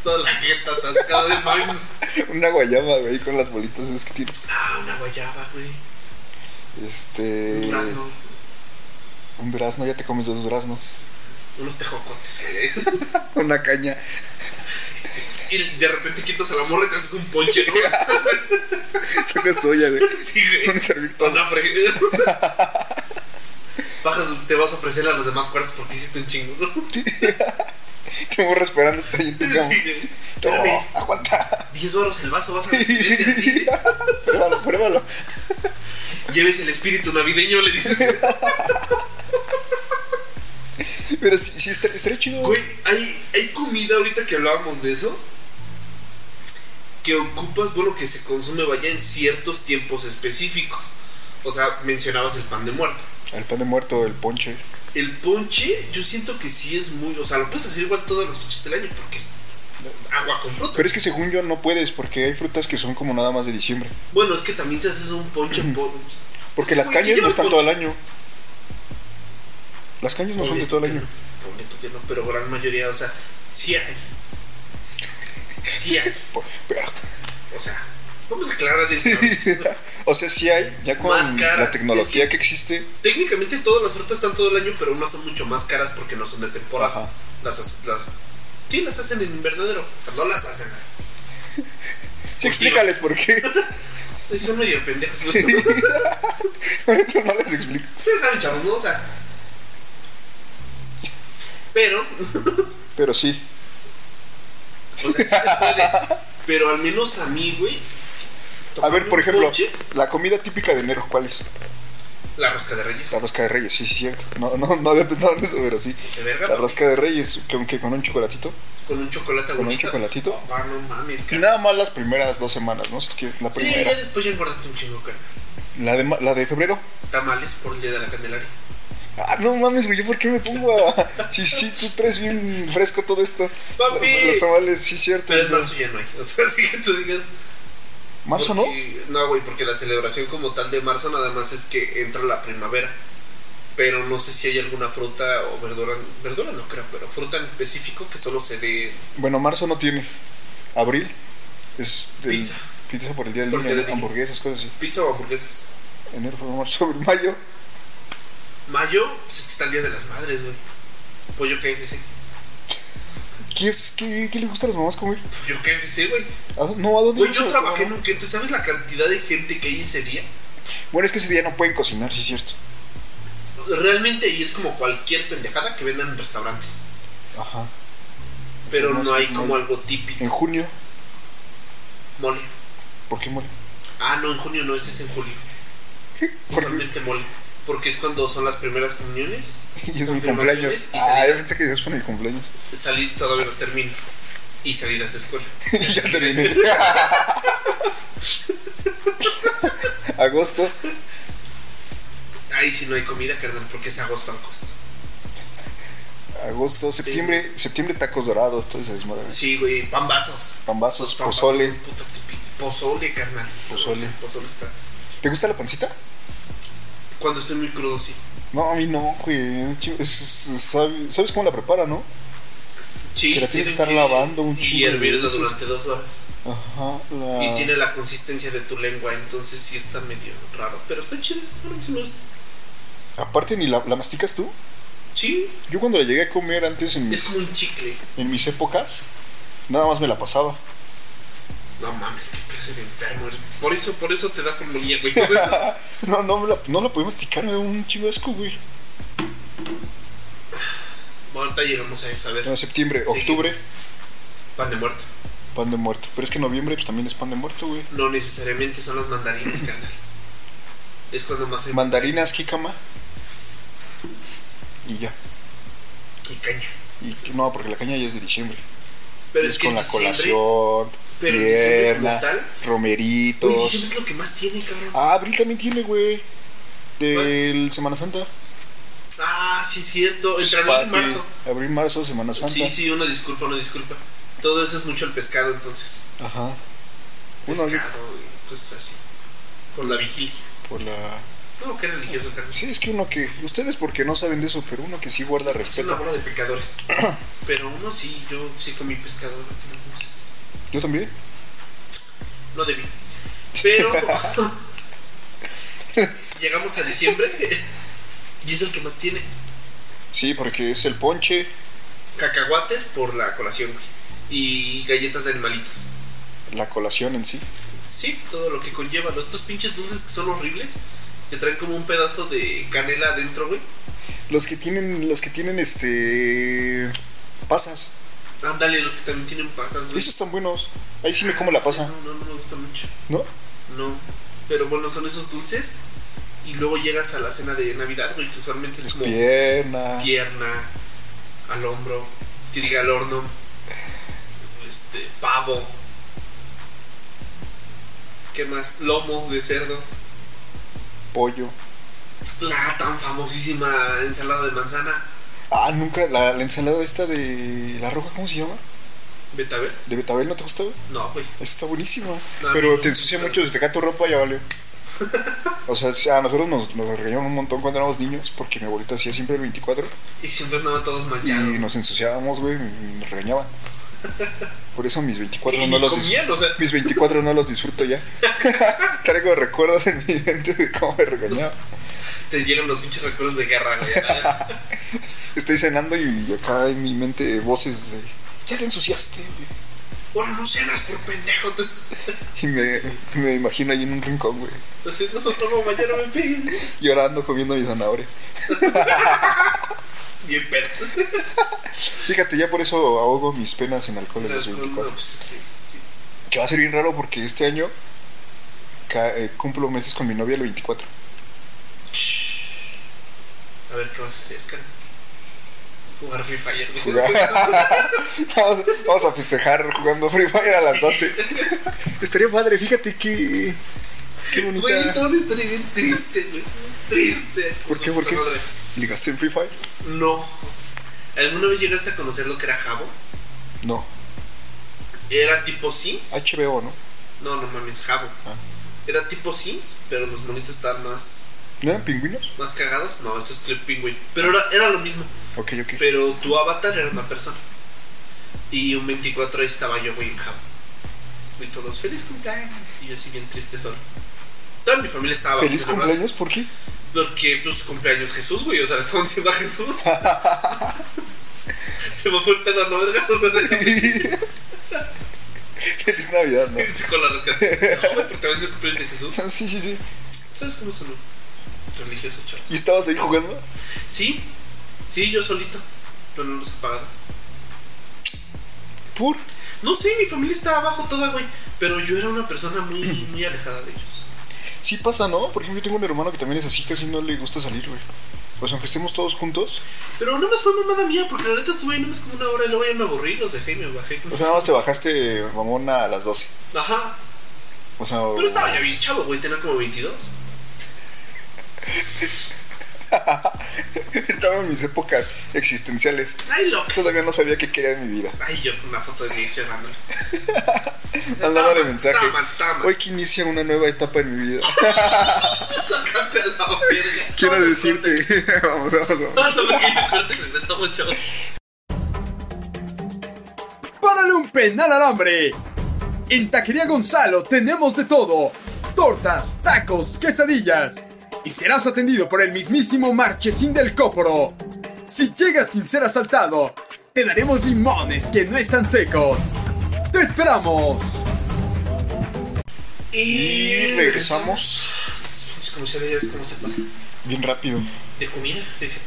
[SPEAKER 1] Toda la jeta atascada de mango.
[SPEAKER 2] Una guayaba, güey, con las bolitas esas que tiene.
[SPEAKER 1] Ah, una guayaba, güey.
[SPEAKER 2] Este.
[SPEAKER 1] Un durazno.
[SPEAKER 2] Un durazno, ya te comes dos duraznos.
[SPEAKER 1] Unos tejocotes, güey.
[SPEAKER 2] Una caña.
[SPEAKER 1] Y de repente quitas a la morra y te haces un ponche, ¿no?
[SPEAKER 2] Sacas tu olla, güey.
[SPEAKER 1] Sí, güey.
[SPEAKER 2] Un servito.
[SPEAKER 1] Pan afre. Bajas, te vas a ofrecer a los demás cuartos porque hiciste un chingo, ¿no?
[SPEAKER 2] Te morro esperando ahí en tu cama.
[SPEAKER 1] Sí, güey.
[SPEAKER 2] Toma,
[SPEAKER 1] Espérame,
[SPEAKER 2] aguanta.
[SPEAKER 1] 10 horas el vaso, vas a recibirte así.
[SPEAKER 2] pruébalo, pruébalo.
[SPEAKER 1] Lleves el espíritu navideño, le dices.
[SPEAKER 2] Pero sí, sí estaría, estaría chido.
[SPEAKER 1] Güey, hay, hay comida ahorita que hablábamos de eso. Que ocupas, bueno, que se consume vaya en ciertos tiempos específicos. O sea, mencionabas el pan de muerto.
[SPEAKER 2] El pan de muerto, el ponche.
[SPEAKER 1] El ponche, yo siento que sí es muy. O sea, lo puedes hacer igual todas las fechas del año porque es agua con frutas.
[SPEAKER 2] Pero es que según yo no puedes, porque hay frutas que son como nada más de diciembre.
[SPEAKER 1] Bueno, es que también se hace un ponche. por-
[SPEAKER 2] Porque
[SPEAKER 1] Es que,
[SPEAKER 2] las
[SPEAKER 1] güey, ¿qué
[SPEAKER 2] cañas no
[SPEAKER 1] lleva
[SPEAKER 2] están
[SPEAKER 1] el
[SPEAKER 2] todo el
[SPEAKER 1] ponche?
[SPEAKER 2] año. Las cañas no son
[SPEAKER 1] Ponle
[SPEAKER 2] de
[SPEAKER 1] tú
[SPEAKER 2] todo el
[SPEAKER 1] que
[SPEAKER 2] año.
[SPEAKER 1] no, ponle tú que no, pero gran mayoría, o sea, sí hay. Sí hay.
[SPEAKER 2] Po- pero-
[SPEAKER 1] O sea, vamos a aclarar de esto.
[SPEAKER 2] o sea, sí hay, ya con
[SPEAKER 1] Más caras.
[SPEAKER 2] la tecnología
[SPEAKER 1] Es
[SPEAKER 2] que... existe.
[SPEAKER 1] Técnicamente todas las frutas están todo el año, pero unas son mucho más caras porque no son de temporada.
[SPEAKER 2] Ajá.
[SPEAKER 1] Las, hace- las, sí, las hacen en invernadero. No las hacen. Las,
[SPEAKER 2] Sí, explícales por qué.
[SPEAKER 1] son medio pendejos. ¿no?
[SPEAKER 2] Por eso no les explico.
[SPEAKER 1] Ustedes saben, chavos, ¿no? O sea. Pero, o
[SPEAKER 2] Pero sí,
[SPEAKER 1] sea, sí se puede. Pero al menos a mí, güey.
[SPEAKER 2] A
[SPEAKER 1] tomarme
[SPEAKER 2] ver, por
[SPEAKER 1] un
[SPEAKER 2] ejemplo,
[SPEAKER 1] ponche,
[SPEAKER 2] la comida típica de enero, ¿cuál es?
[SPEAKER 1] la rosca de reyes.
[SPEAKER 2] La rosca de reyes, sí, sí, cierto. No, no, no había pensado en eso, pero sí.
[SPEAKER 1] de verga,
[SPEAKER 2] La
[SPEAKER 1] ¿no?
[SPEAKER 2] rosca de reyes, que aunque con un chocolatito.
[SPEAKER 1] Con un chocolate
[SPEAKER 2] Con un
[SPEAKER 1] bonito.
[SPEAKER 2] chocolatito.
[SPEAKER 1] Ah, no mames,
[SPEAKER 2] Y
[SPEAKER 1] cara.
[SPEAKER 2] nada más las primeras dos semanas, ¿no? Si tú quieres, La
[SPEAKER 1] Sí, ya
[SPEAKER 2] primera.
[SPEAKER 1] después ya engordaste un chingo, cara.
[SPEAKER 2] La de, ma- la de febrero.
[SPEAKER 1] Tamales por el día de la Candelaria.
[SPEAKER 2] Ah, no mames, güey, ¿yo por qué me pongo a...? Sí, sí, tú traes bien fresco todo esto.
[SPEAKER 1] Papi.
[SPEAKER 2] Los tamales, sí, cierto.
[SPEAKER 1] Pero en
[SPEAKER 2] No,
[SPEAKER 1] marzo ya no hay. O sea, así que tú digas,
[SPEAKER 2] ¿Marzo no?
[SPEAKER 1] Porque- No, güey, porque la celebración como tal de marzo nada más es que entra la primavera. Pero no sé si hay alguna fruta o verdura, verdura no creo, pero fruta en específico que solo se dé
[SPEAKER 2] Bueno, marzo no tiene. Abril es del-
[SPEAKER 1] Pizza.
[SPEAKER 2] Pizza por el día del
[SPEAKER 1] Por el
[SPEAKER 2] niño,
[SPEAKER 1] Día del
[SPEAKER 2] ¿no?
[SPEAKER 1] Niño.
[SPEAKER 2] hamburguesas, cosas así.
[SPEAKER 1] pizza o hamburguesas.
[SPEAKER 2] Enero, febrero, marzo, abril, mayo.
[SPEAKER 1] Mayo, pues es que está el Día de las Madres, güey. Pollo KFC.
[SPEAKER 2] ¿Qué, es, qué, qué les gusta a las mamás comer?
[SPEAKER 1] Pollo KFC, güey.
[SPEAKER 2] ¿A dó- no, ¿a dónde
[SPEAKER 1] Güey,
[SPEAKER 2] vamos
[SPEAKER 1] yo
[SPEAKER 2] a-
[SPEAKER 1] trabajé en
[SPEAKER 2] no?
[SPEAKER 1] un que ¿tú sabes la cantidad de gente que hay ese día?
[SPEAKER 2] Bueno, es que ese día no pueden cocinar, sí es cierto.
[SPEAKER 1] Realmente, y es como cualquier pendejada que vendan en restaurantes.
[SPEAKER 2] Ajá.
[SPEAKER 1] Pero
[SPEAKER 2] No,
[SPEAKER 1] no hay
[SPEAKER 2] sí,
[SPEAKER 1] como
[SPEAKER 2] no.
[SPEAKER 1] algo típico.
[SPEAKER 2] En junio,
[SPEAKER 1] Mole.
[SPEAKER 2] ¿por qué mole?
[SPEAKER 1] Ah, no, en junio no, ese es en julio.
[SPEAKER 2] Porque,
[SPEAKER 1] Totalmente mole. Porque es cuando son las primeras comuniones.
[SPEAKER 2] y es mi
[SPEAKER 1] confirmaciones
[SPEAKER 2] cumpleaños.
[SPEAKER 1] y
[SPEAKER 2] Ah,
[SPEAKER 1] salida.
[SPEAKER 2] yo pensé que ya es para mi cumpleaños.
[SPEAKER 1] Salir todavía no termino. Y salir a esa escuela.
[SPEAKER 2] Y ya terminé. Agosto.
[SPEAKER 1] Ahí sí no hay comida, carnal, porque es agosto al costo.
[SPEAKER 2] Agosto, septiembre, septiembre tacos dorados, todo ese desmadre.
[SPEAKER 1] Sí, güey, pambazos.
[SPEAKER 2] Pambazos,
[SPEAKER 1] Pambazos,
[SPEAKER 2] pozole.
[SPEAKER 1] puta tipi- Pues, Pozole, carnal.
[SPEAKER 2] Pozole.
[SPEAKER 1] O sea, Pozole está.
[SPEAKER 2] ¿Te gusta la pancita?
[SPEAKER 1] Cuando estoy muy crudo, sí.
[SPEAKER 2] No, a mí no, güey. Es- es- es- sabe- ¿Sabes cómo la prepara, no?
[SPEAKER 1] Sí,
[SPEAKER 2] Que la tiene que
[SPEAKER 1] tienen
[SPEAKER 2] estar lavando un
[SPEAKER 1] Y
[SPEAKER 2] chingo de
[SPEAKER 1] hervirla
[SPEAKER 2] veces. Ah.
[SPEAKER 1] durante dos horas.
[SPEAKER 2] Ajá. La...
[SPEAKER 1] Y tiene la consistencia de tu lengua, entonces sí está medio raro. Pero está chido. Bueno, sí me gusta.
[SPEAKER 2] Aparte, ni la, la masticas tú.
[SPEAKER 1] Sí,
[SPEAKER 2] Yo cuando la llegué a comer antes en
[SPEAKER 1] es
[SPEAKER 2] mis,
[SPEAKER 1] como un chicle.
[SPEAKER 2] en mis épocas, nada más me la pasaba.
[SPEAKER 1] No mames, qué clase de enfermo. eres. Por eso, por eso te da pulmonía, güey.
[SPEAKER 2] No, no, me la, no la podía masticar, me da un chingo de asco, güey.
[SPEAKER 1] Bueno, ahorita llegamos a esa, a ver.
[SPEAKER 2] Bueno, septiembre, Eh, octubre,
[SPEAKER 1] Seguimos. Pan de muerto.
[SPEAKER 2] pan de muerto. Pero es que noviembre pues, también es pan de muerto, güey.
[SPEAKER 1] No necesariamente son las mandarinas, carnal. Es cuando más hay
[SPEAKER 2] Mandarinas, jícama. Y ya.
[SPEAKER 1] y caña.
[SPEAKER 2] Y no, porque la caña ya es de diciembre.
[SPEAKER 1] Pero
[SPEAKER 2] es,
[SPEAKER 1] es, que
[SPEAKER 2] con
[SPEAKER 1] en
[SPEAKER 2] la
[SPEAKER 1] diciembre-
[SPEAKER 2] colación,
[SPEAKER 1] pero en diciembre
[SPEAKER 2] pierna,
[SPEAKER 1] como tal-
[SPEAKER 2] romeritos.
[SPEAKER 1] Güey, diciembre es lo que más tiene, cabrón. Ah,
[SPEAKER 2] Ah, abril también tiene, güey. Del Semana Santa.
[SPEAKER 1] Ah, sí, es cierto. Entraron
[SPEAKER 2] Pati,
[SPEAKER 1] en marzo.
[SPEAKER 2] Abril, marzo, Semana Santa.
[SPEAKER 1] Sí, sí, una disculpa, una disculpa. Todo eso es mucho el pescado, entonces.
[SPEAKER 2] Ajá. Bueno,
[SPEAKER 1] Pescado y cosas así. Por la vigilia.
[SPEAKER 2] por la...
[SPEAKER 1] No, que religioso, carnal.
[SPEAKER 2] Sí, es que uno que... Ustedes porque no saben de eso, pero uno que sí guarda
[SPEAKER 1] Es una
[SPEAKER 2] respeto.
[SPEAKER 1] bola de pecadores. Pero uno sí, yo sí comí pescado. entonces,
[SPEAKER 2] Yo también.
[SPEAKER 1] No debí. Pero. llegamos a diciembre. Y es el que más tiene
[SPEAKER 2] Sí, porque es el ponche,
[SPEAKER 1] cacahuates por la colación, güey. Y galletas de animalitos.
[SPEAKER 2] la colación en sí.
[SPEAKER 1] Sí, todo lo que conlleva. ¿no? Estos pinches dulces que son horribles. Que traen como un pedazo de canela adentro, güey.
[SPEAKER 2] Los que tienen... Los que tienen este... Pasas.
[SPEAKER 1] Ándale, los que también tienen pasas, güey.
[SPEAKER 2] Esos están buenos. Ahí sí me como la pasa,
[SPEAKER 1] No, no, no me gusta mucho.
[SPEAKER 2] ¿no?
[SPEAKER 1] No. Pero bueno, son esos dulces. Y luego llegas a la cena de Navidad, güey, que usualmente es
[SPEAKER 2] Es
[SPEAKER 1] como
[SPEAKER 2] pierna.
[SPEAKER 1] pierna, al hombro, que diga al horno, este, pavo. ¿Qué más? Lomo de cerdo.
[SPEAKER 2] Pollo.
[SPEAKER 1] La tan famosísima ensalada de manzana.
[SPEAKER 2] Ah, nunca... La, la ensalada esta de... La roja, ¿cómo se llama?
[SPEAKER 1] Betabel.
[SPEAKER 2] ¿De betabel no te gustaba?
[SPEAKER 1] No, güey.
[SPEAKER 2] Esa está buenísima.
[SPEAKER 1] No, a mí
[SPEAKER 2] pero
[SPEAKER 1] no
[SPEAKER 2] te
[SPEAKER 1] me
[SPEAKER 2] ensucia
[SPEAKER 1] gusta.
[SPEAKER 2] mucho, desde acá tu ropa ya valió. O sea, sí, a nosotros nos, nos regañaban un montón cuando éramos niños, porque mi abuelita hacía siempre el 24
[SPEAKER 1] Y siempre andaban todos
[SPEAKER 2] y
[SPEAKER 1] manchados.
[SPEAKER 2] nos ensuciábamos, güey, y nos regañaban. Por eso mis 24
[SPEAKER 1] Y
[SPEAKER 2] no
[SPEAKER 1] ni
[SPEAKER 2] los disfruto.
[SPEAKER 1] comían, o sea,
[SPEAKER 2] Mis 24 no los disfruto ya. Traigo recuerdos en mi mente de cómo me regañaba.
[SPEAKER 1] te llegan los pinches recuerdos de guerra, güey.
[SPEAKER 2] Estoy cenando y acá en mi mente voces de. Ya te ensuciaste. güey".
[SPEAKER 1] Ahora no cenas por pendejo.
[SPEAKER 2] Y me, me imagino ahí en un rincón, güey.
[SPEAKER 1] Lo siento, no, no, mañana me peguen.
[SPEAKER 2] Llorando, comiendo mi zanahoria.
[SPEAKER 1] Bien pedo.
[SPEAKER 2] Fíjate, ya por eso ahogo mis penas en alcohol en los
[SPEAKER 1] No,
[SPEAKER 2] 24.
[SPEAKER 1] pues, sí, sí.
[SPEAKER 2] Que va a ser bien raro porque este año ca- eh, cumplo meses con mi novia el 24.
[SPEAKER 1] A ver qué vas a hacer, carnal? Jugar Free Fire. güey.
[SPEAKER 2] vamos, vamos a festejar jugando Free Fire a las
[SPEAKER 1] Sí.
[SPEAKER 2] 12. Estaría padre, fíjate que. Qué bonita.
[SPEAKER 1] Güey, toda una historia bien triste, güey. Triste.
[SPEAKER 2] ¿Por qué, por qué?
[SPEAKER 1] Madre.
[SPEAKER 2] ¿Ligaste en Free Fire?
[SPEAKER 1] No. ¿Alguna vez llegaste a conocer lo que era Jabo?
[SPEAKER 2] No.
[SPEAKER 1] Era tipo Sims,
[SPEAKER 2] HBO, ¿no?
[SPEAKER 1] No, no mames, Jabo.
[SPEAKER 2] Ah.
[SPEAKER 1] Era tipo Sims, pero los monitos estaban más,
[SPEAKER 2] ¿No eran pingüinos?
[SPEAKER 1] más cagados. No, eso es Club Penguin. Pero era, era lo mismo.
[SPEAKER 2] Ok, ok.
[SPEAKER 1] Pero tu avatar era una persona. Y un 24 ahí estaba yo, güey, en Jabo. Y todos, feliz cumpleaños. Y yo así bien triste solo. Toda mi familia estaba
[SPEAKER 2] ¿Feliz
[SPEAKER 1] celebrando.
[SPEAKER 2] cumpleaños? ¿Por qué?
[SPEAKER 1] Porque, pues, cumpleaños Jesús, güey. O sea, le estaban diciendo a Jesús. Se me fue el pedo, ¿no, verga? O sea, déjame
[SPEAKER 2] Feliz Navidad, ¿no?
[SPEAKER 1] irse con la rescate. No, güey, porque a veces el cumpleaños de Jesús.
[SPEAKER 2] Sí, sí, sí.
[SPEAKER 1] ¿Sabes cómo son? Religioso, chaval.
[SPEAKER 2] ¿Y estabas ahí jugando?
[SPEAKER 1] Sí, sí, yo solito. Pero no los he pagado.
[SPEAKER 2] ¿Por?
[SPEAKER 1] No sé, mi familia estaba abajo toda, güey. Pero yo era una persona muy, muy alejada de ellos.
[SPEAKER 2] Sí pasa, ¿no? Por ejemplo, yo tengo un hermano que también es así, casi no le gusta salir, güey. Pues aunque estemos todos juntos,
[SPEAKER 1] Pero no más fue mamada mía, porque la neta estuve ahí nomás como una hora y luego ya me aburrí, los dejé y me bajé.
[SPEAKER 2] o sea, nada más te bajaste mamón a las 12.
[SPEAKER 1] Ajá.
[SPEAKER 2] O sea,
[SPEAKER 1] Pero estaba ya bien chavo, güey, tenía como 22.
[SPEAKER 2] estaba en mis épocas existenciales.
[SPEAKER 1] Ay, loca.
[SPEAKER 2] Todavía no sabía qué quería de mi vida.
[SPEAKER 1] Ay, yo con una foto de Diego llamándole.
[SPEAKER 2] Mandándole mensaje.
[SPEAKER 1] Está mal, está mal.
[SPEAKER 2] Hoy que inicia una nueva etapa en mi vida.
[SPEAKER 1] Sácate la verga.
[SPEAKER 2] Quiero
[SPEAKER 1] Vamos a
[SPEAKER 2] decirte. vamos, vamos, vamos.
[SPEAKER 1] Vamos a ver que yo corte y regresamos, chavos.
[SPEAKER 3] ¡Párale un penal al hambre! En Taquería Gonzalo tenemos de todo: tortas, tacos, quesadillas. Y serás atendido por el mismísimo Marchesín del Cóporo. Si llegas sin ser asaltado, te daremos limones que no están secos. ¡Te esperamos!
[SPEAKER 2] Y regresamos
[SPEAKER 1] Estos pinches comerciales ya ves cómo se pasa.
[SPEAKER 2] bien rápido.
[SPEAKER 1] De comida, fíjate.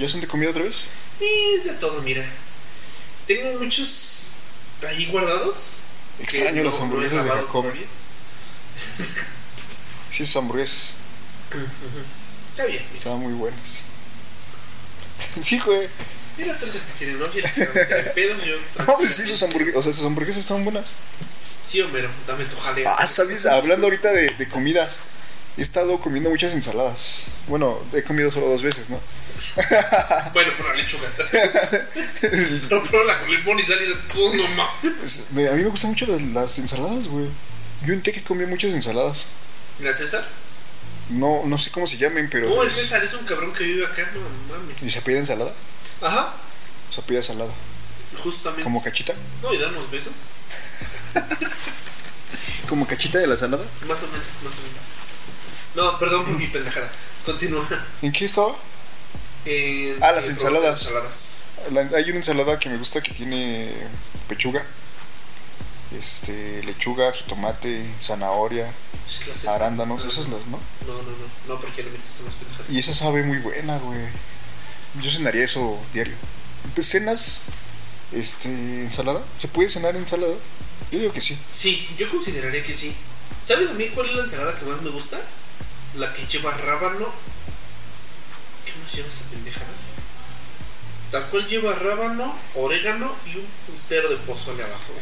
[SPEAKER 2] ¿Ya son de comida otra vez?
[SPEAKER 1] Es de todo, mira. Tengo muchos ahí guardados. que
[SPEAKER 2] Extraño
[SPEAKER 1] no-
[SPEAKER 2] los
[SPEAKER 1] no he
[SPEAKER 2] hamburguesas de
[SPEAKER 1] grabado
[SPEAKER 2] Jacob.
[SPEAKER 1] todavía.
[SPEAKER 2] Sí, esas hamburguesas.
[SPEAKER 1] Está bien. mira.
[SPEAKER 2] Estaban muy buenas. Sí, güey.
[SPEAKER 1] Mira todos los que tienen, ¿no? Mira, se van a meter en pedos, yo.
[SPEAKER 2] No, pues sí, sus hamburguesas, o sea, sus hamburguesas estaban buenas.
[SPEAKER 1] Sí, Homero, dame tu jaleo.
[SPEAKER 2] Ah, ¿sabes? Hablando ahorita de, de comidas, he estado comiendo muchas ensaladas. Bueno, he comido solo dos veces, ¿no?
[SPEAKER 1] Bueno, por la lechuga. No, pero la con limón y sal y dice, tú no mames.
[SPEAKER 2] Pues, me- a mí me gustan mucho las, las ensaladas, güey. Yo en que comía muchas ensaladas.
[SPEAKER 1] ¿La César?
[SPEAKER 2] No, no sé cómo se llamen, pero...
[SPEAKER 1] No, el César es un cabrón que vive acá, no mames.
[SPEAKER 2] ¿Y se pide ensalada?
[SPEAKER 1] Ajá,
[SPEAKER 2] Se pide salada.
[SPEAKER 1] justamente.
[SPEAKER 2] ¿Como cachita?
[SPEAKER 1] No, y darnos besos.
[SPEAKER 2] ¿Como cachita de la salada?
[SPEAKER 1] Más o menos, más o menos. No, perdón por mi pendejada. Continúa.
[SPEAKER 2] ¿En qué estaba?
[SPEAKER 1] Eh,
[SPEAKER 2] Ah, las
[SPEAKER 1] eh,
[SPEAKER 2] ensaladas.
[SPEAKER 1] ensaladas.
[SPEAKER 2] La- hay una ensalada que me gusta que tiene pechuga, este, lechuga, jitomate, zanahoria,
[SPEAKER 1] Sí, las ensaladas.
[SPEAKER 2] arándanos,
[SPEAKER 1] No,
[SPEAKER 2] esas las, ¿no?
[SPEAKER 1] No, no, no. No, porque no metiste más pendejadas.
[SPEAKER 2] Y esa sabe muy buena, güey. Yo cenaría eso diario. Pues cenas, este, ensalada. ¿Se puede cenar ensalada? Yo digo que sí.
[SPEAKER 1] Sí, yo consideraría que sí. ¿Sabes a mí cuál es la ensalada que más me gusta? La que lleva rábano. ¿Qué más lleva esa pendejada? Tal cual lleva rábano, orégano y un puntero de pozole abajo.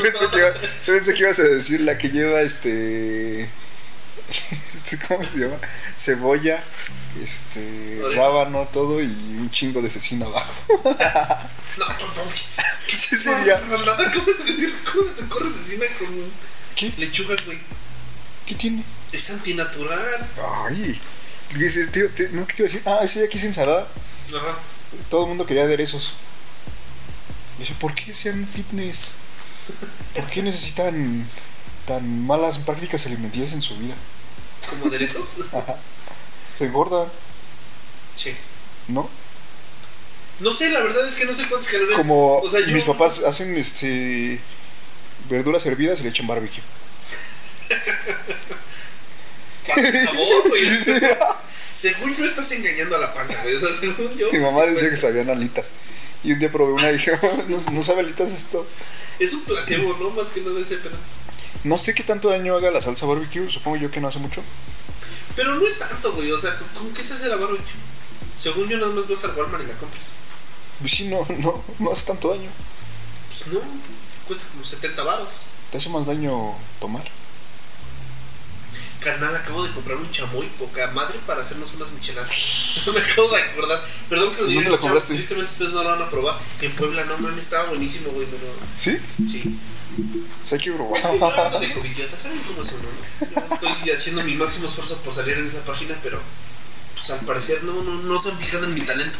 [SPEAKER 2] pensé, que iba- pensé que ibas a decir la que lleva este... este, ¿Cómo se llama? Cebolla, este,
[SPEAKER 1] Orégano.
[SPEAKER 2] rábano, todo y un chingo de cecina abajo.
[SPEAKER 1] No, tampoco.
[SPEAKER 2] Sí, sería.
[SPEAKER 1] Nada, ¿cómo se decir? ¿Cómo se te ocurre asesina con
[SPEAKER 2] ¿Qué?
[SPEAKER 1] lechuga, güey?
[SPEAKER 2] ¿Qué tiene?
[SPEAKER 1] Es antinatural.
[SPEAKER 2] Ay, dices, tío, te- no, ¿qué te iba a decir? Ah, ese de aquí es ensalada.
[SPEAKER 1] Ajá.
[SPEAKER 2] Todo el mundo quería aderezos. Y yo, ¿por qué sean fitness? ¿Por qué necesitan tan malas prácticas alimenticias en su vida?
[SPEAKER 1] ¿Como aderezos?
[SPEAKER 2] Se engordan,
[SPEAKER 1] Sí.
[SPEAKER 2] ¿no?
[SPEAKER 1] No sé, la verdad es que no sé cuántas calorías.
[SPEAKER 2] Como
[SPEAKER 1] O sea, yo-
[SPEAKER 2] mis papás hacen este verduras hervidas y le echan barbecue.
[SPEAKER 1] sabor, güey. Según yo estás engañando a la panza, güey. O sea, según yo.
[SPEAKER 2] Mi mamá
[SPEAKER 1] sí,
[SPEAKER 2] decía
[SPEAKER 1] güey.
[SPEAKER 2] que sabían alitas. Y un día probé una y dije, no, no sabe alitas esto.
[SPEAKER 1] Es un placebo, ¿no? Más que nada ese pedo.
[SPEAKER 2] No sé qué tanto daño haga la salsa barbecue, supongo yo que no hace mucho.
[SPEAKER 1] Pero no es tanto, güey. O sea, ¿con, con qué se hace la barbecue? Según yo, nada más vas al Walmart y la compras.
[SPEAKER 2] Pues sí, no, no, no hace tanto daño.
[SPEAKER 1] Pues no, cuesta como 70 baros.
[SPEAKER 2] Te hace más daño tomar.
[SPEAKER 1] Carnal, acabo de comprar un chamoy poca madre para hacernos unas micheladas. me acabo de acordar. Perdón que lo diga.
[SPEAKER 2] ¿Dónde lo
[SPEAKER 1] chavos,
[SPEAKER 2] compraste?
[SPEAKER 1] Tristemente ustedes no lo van a probar. En Puebla, no mames, estaba buenísimo, güey. Pero...
[SPEAKER 2] ¿Sí?
[SPEAKER 1] Sí.
[SPEAKER 2] Pues hay
[SPEAKER 1] Es
[SPEAKER 2] que
[SPEAKER 1] que yo hablo
[SPEAKER 2] probar.
[SPEAKER 1] de covidiota, ¿saben cómo son, no? Yo estoy haciendo mi máximo esfuerzo por salir en esa página, pero pues al parecer no, no, no se han fijado en mi talento.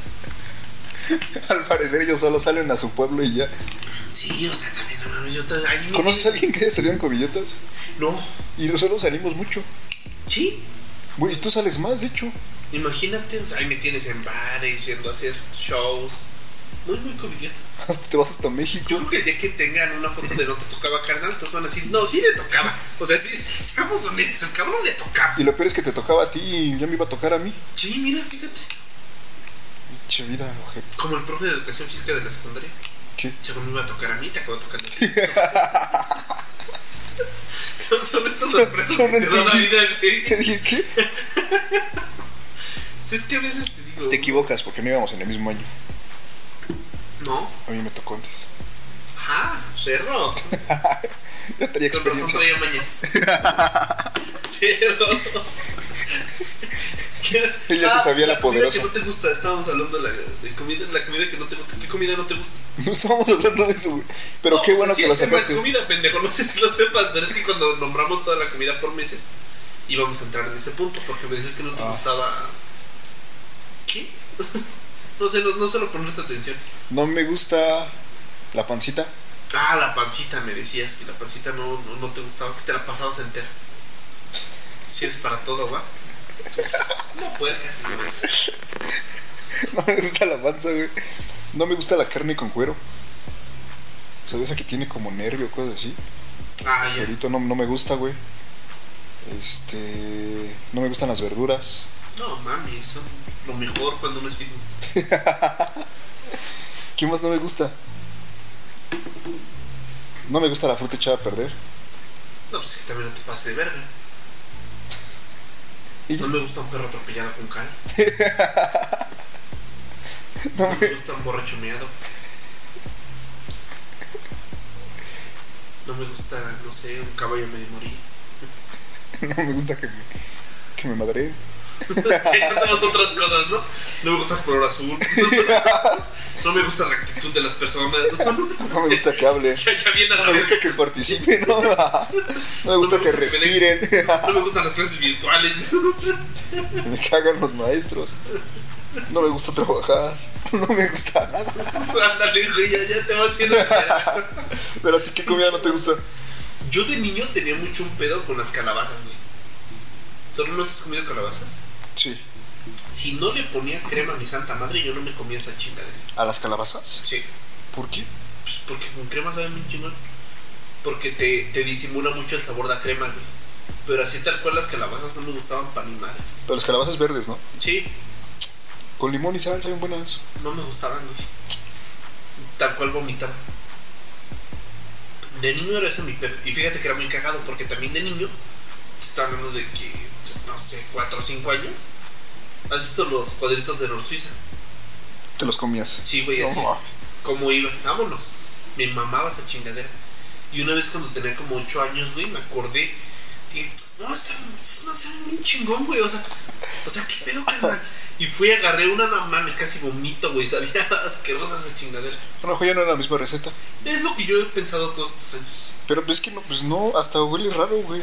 [SPEAKER 2] Al parecer ellos solo salen a su pueblo y ya.
[SPEAKER 1] Sí, o sea, también, no mames, yo también. ahí me-
[SPEAKER 2] ¿Conoces a alguien que haya salido en covidiotas?
[SPEAKER 1] No.
[SPEAKER 2] Y nosotros salimos mucho.
[SPEAKER 1] Sí.
[SPEAKER 2] Güey, tú sales más, de hecho.
[SPEAKER 1] Imagínate, o sea, ahí me tienes en bares, yendo a hacer shows. Muy, muy covidiota.
[SPEAKER 2] Hasta te vas hasta México.
[SPEAKER 1] Yo creo que el día que tengan una foto de no te tocaba carnal, todos van a decir, no, sí le tocaba. O sea, sí, seamos honestos, el cabrón le tocaba.
[SPEAKER 2] Y lo peor es que te tocaba a ti y ya me iba a tocar a mí.
[SPEAKER 1] Sí, mira, fíjate.
[SPEAKER 2] Che vida, ojete.
[SPEAKER 1] Como el profe de educación física de la secundaria.
[SPEAKER 2] ¿Qué?
[SPEAKER 1] Según me iba a tocar a mí, te acabo tocando. a ti. O sea, son, son estas sorpresas
[SPEAKER 2] Son
[SPEAKER 1] que te da la
[SPEAKER 2] entendí.
[SPEAKER 1] vida, güey.
[SPEAKER 2] ¿Qué dije? ¿Qué?
[SPEAKER 1] Si es que a veces te digo.
[SPEAKER 2] Te equivocas porque no íbamos en el mismo año.
[SPEAKER 1] No.
[SPEAKER 2] A mí me tocó antes.
[SPEAKER 1] Ajá, cerro.
[SPEAKER 2] Ya tenía
[SPEAKER 1] Con razón
[SPEAKER 2] experiencia.
[SPEAKER 1] traía mañas. Pero. ¿Qué?
[SPEAKER 2] Ella se sabía la
[SPEAKER 1] comida
[SPEAKER 2] poderosa.
[SPEAKER 1] que no te gusta, estábamos hablando de la, de comida, la comida que no te gusta. ¿Qué comida no te gusta?
[SPEAKER 2] No estábamos hablando de eso, güey. Pero
[SPEAKER 1] No,
[SPEAKER 2] qué
[SPEAKER 1] o sea,
[SPEAKER 2] bueno
[SPEAKER 1] sí
[SPEAKER 2] que lo
[SPEAKER 1] hay temas de
[SPEAKER 2] sacaste.
[SPEAKER 1] comida, pendejo, no sé si lo sepas, pero es que cuando nombramos toda la comida por meses, íbamos a entrar en ese punto, porque me dices que no te
[SPEAKER 2] Ah.
[SPEAKER 1] gustaba. ¿Qué? no sé, no, no solo ponerte atención.
[SPEAKER 2] No me gusta la pancita.
[SPEAKER 1] Ah, la pancita, me decías que la pancita no, no, no te gustaba, que te la pasabas entera. Si eres para todo, va. No puercas, señores.
[SPEAKER 2] No me gusta la panza, güey. No me gusta la carne con cuero. O sea, de esa que tiene como nervio, cosas así.
[SPEAKER 1] Ah, ya.
[SPEAKER 2] Cuerito no, no me gusta, güey. Este. No me gustan las verduras.
[SPEAKER 1] No, mami, eso lo mejor cuando uno es fitness.
[SPEAKER 2] ¿Qué más no me gusta? No me gusta la fruta echada a perder.
[SPEAKER 1] No, pues es que también no te pases de verga.
[SPEAKER 2] Y
[SPEAKER 1] No me gusta un perro atropellado con cal.
[SPEAKER 2] no
[SPEAKER 1] No me
[SPEAKER 2] me-
[SPEAKER 1] gusta un borracho meado. No me gusta, no sé, un caballo medio morir.
[SPEAKER 2] no me gusta que me, que me madreen.
[SPEAKER 1] Hay tantas otras cosas, ¿no? No me gusta el color azul. No me gusta la actitud de las personas.
[SPEAKER 2] No me gusta que hable.
[SPEAKER 1] Ya, ya viene a la
[SPEAKER 2] No me
[SPEAKER 1] vez.
[SPEAKER 2] gusta que participen. No, No me gusta que respiren.
[SPEAKER 1] No me gustan las clases virtuales.
[SPEAKER 2] Me cagan los maestros. No me gusta trabajar. No me gusta nada.
[SPEAKER 1] Ándale, güey, ya, ya te vas viendo.
[SPEAKER 2] Pero a ti, ¿qué comida no te gusta?
[SPEAKER 1] Yo de niño tenía mucho un pedo con las calabazas, güey. ¿Solo no has comido calabazas?
[SPEAKER 2] Sí.
[SPEAKER 1] Si no le ponía crema a mi santa madre, yo no me comía esa chingadera.
[SPEAKER 2] ¿A las calabazas?
[SPEAKER 1] Sí.
[SPEAKER 2] ¿Por qué?
[SPEAKER 1] Pues porque con crema sabe bien chingón. Porque te, te disimula mucho el sabor de la crema, güey. Pero así tal cual las calabazas no me gustaban para ni madres.
[SPEAKER 2] Pero las calabazas verdes, ¿no?
[SPEAKER 1] Sí,
[SPEAKER 2] Con limón y sal saben buenas.
[SPEAKER 1] no me gustaban, güey. Tal cual vomitaba. De niño era ese mi pedo. Y fíjate que era muy cagado porque también de niño, te estaba hablando de que, no sé, 4 o 5 años, ¿has visto los cuadritos de Nor Suiza?
[SPEAKER 2] Te los comías.
[SPEAKER 1] Sí, güey, así.
[SPEAKER 2] No mames.
[SPEAKER 1] cómo iba, vámonos. Me mamaba esa chingadera. Y una vez cuando tenía como 8 años, güey, me acordé. Dije, no, esta es más bien chingón, güey. O sea, o sea, qué pedo, carnal. Y fui, agarré una, no mames, casi vomito, güey. Sabía asquerosa esa chingadera.
[SPEAKER 2] A lo mejor ya no era la misma receta.
[SPEAKER 1] Es lo que yo he pensado todos estos años.
[SPEAKER 2] Pero es que no, pues no, hasta huele raro, güey.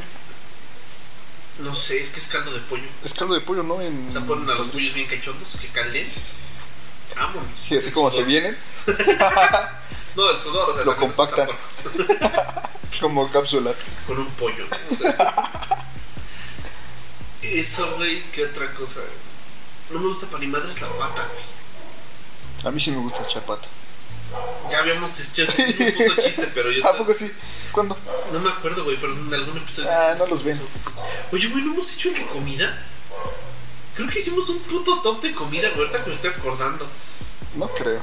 [SPEAKER 1] No sé, es que es caldo de pollo.
[SPEAKER 2] Es caldo de pollo, ¿no? En...
[SPEAKER 1] O sea, ponen a los pollos bien cachondos que calden. Vámonos.
[SPEAKER 2] Sí, así
[SPEAKER 1] El
[SPEAKER 2] como se
[SPEAKER 1] sudor.
[SPEAKER 2] vienen,
[SPEAKER 1] No, el sudor, o sea,
[SPEAKER 2] Lo
[SPEAKER 1] la cosa está
[SPEAKER 2] compactan. como cápsulas.
[SPEAKER 1] con un pollo. ¿no? O sea, eso, güey, ¿qué otra cosa? No me gusta para ni madres la pata, güey.
[SPEAKER 2] A mí sí me gusta chapata.
[SPEAKER 1] Ya habíamos hecho ese mismo puto chiste, pero yo
[SPEAKER 2] ¿A poco sí? ¿Cuándo?
[SPEAKER 1] no me acuerdo, güey, pero en algún episodio.
[SPEAKER 2] Ah,
[SPEAKER 1] hicimos
[SPEAKER 2] no los ven.
[SPEAKER 1] Oye, güey, ¿no hemos hecho el de comida? Creo que hicimos un puto top de comida, güey, ahorita que me estoy acordando.
[SPEAKER 2] No creo.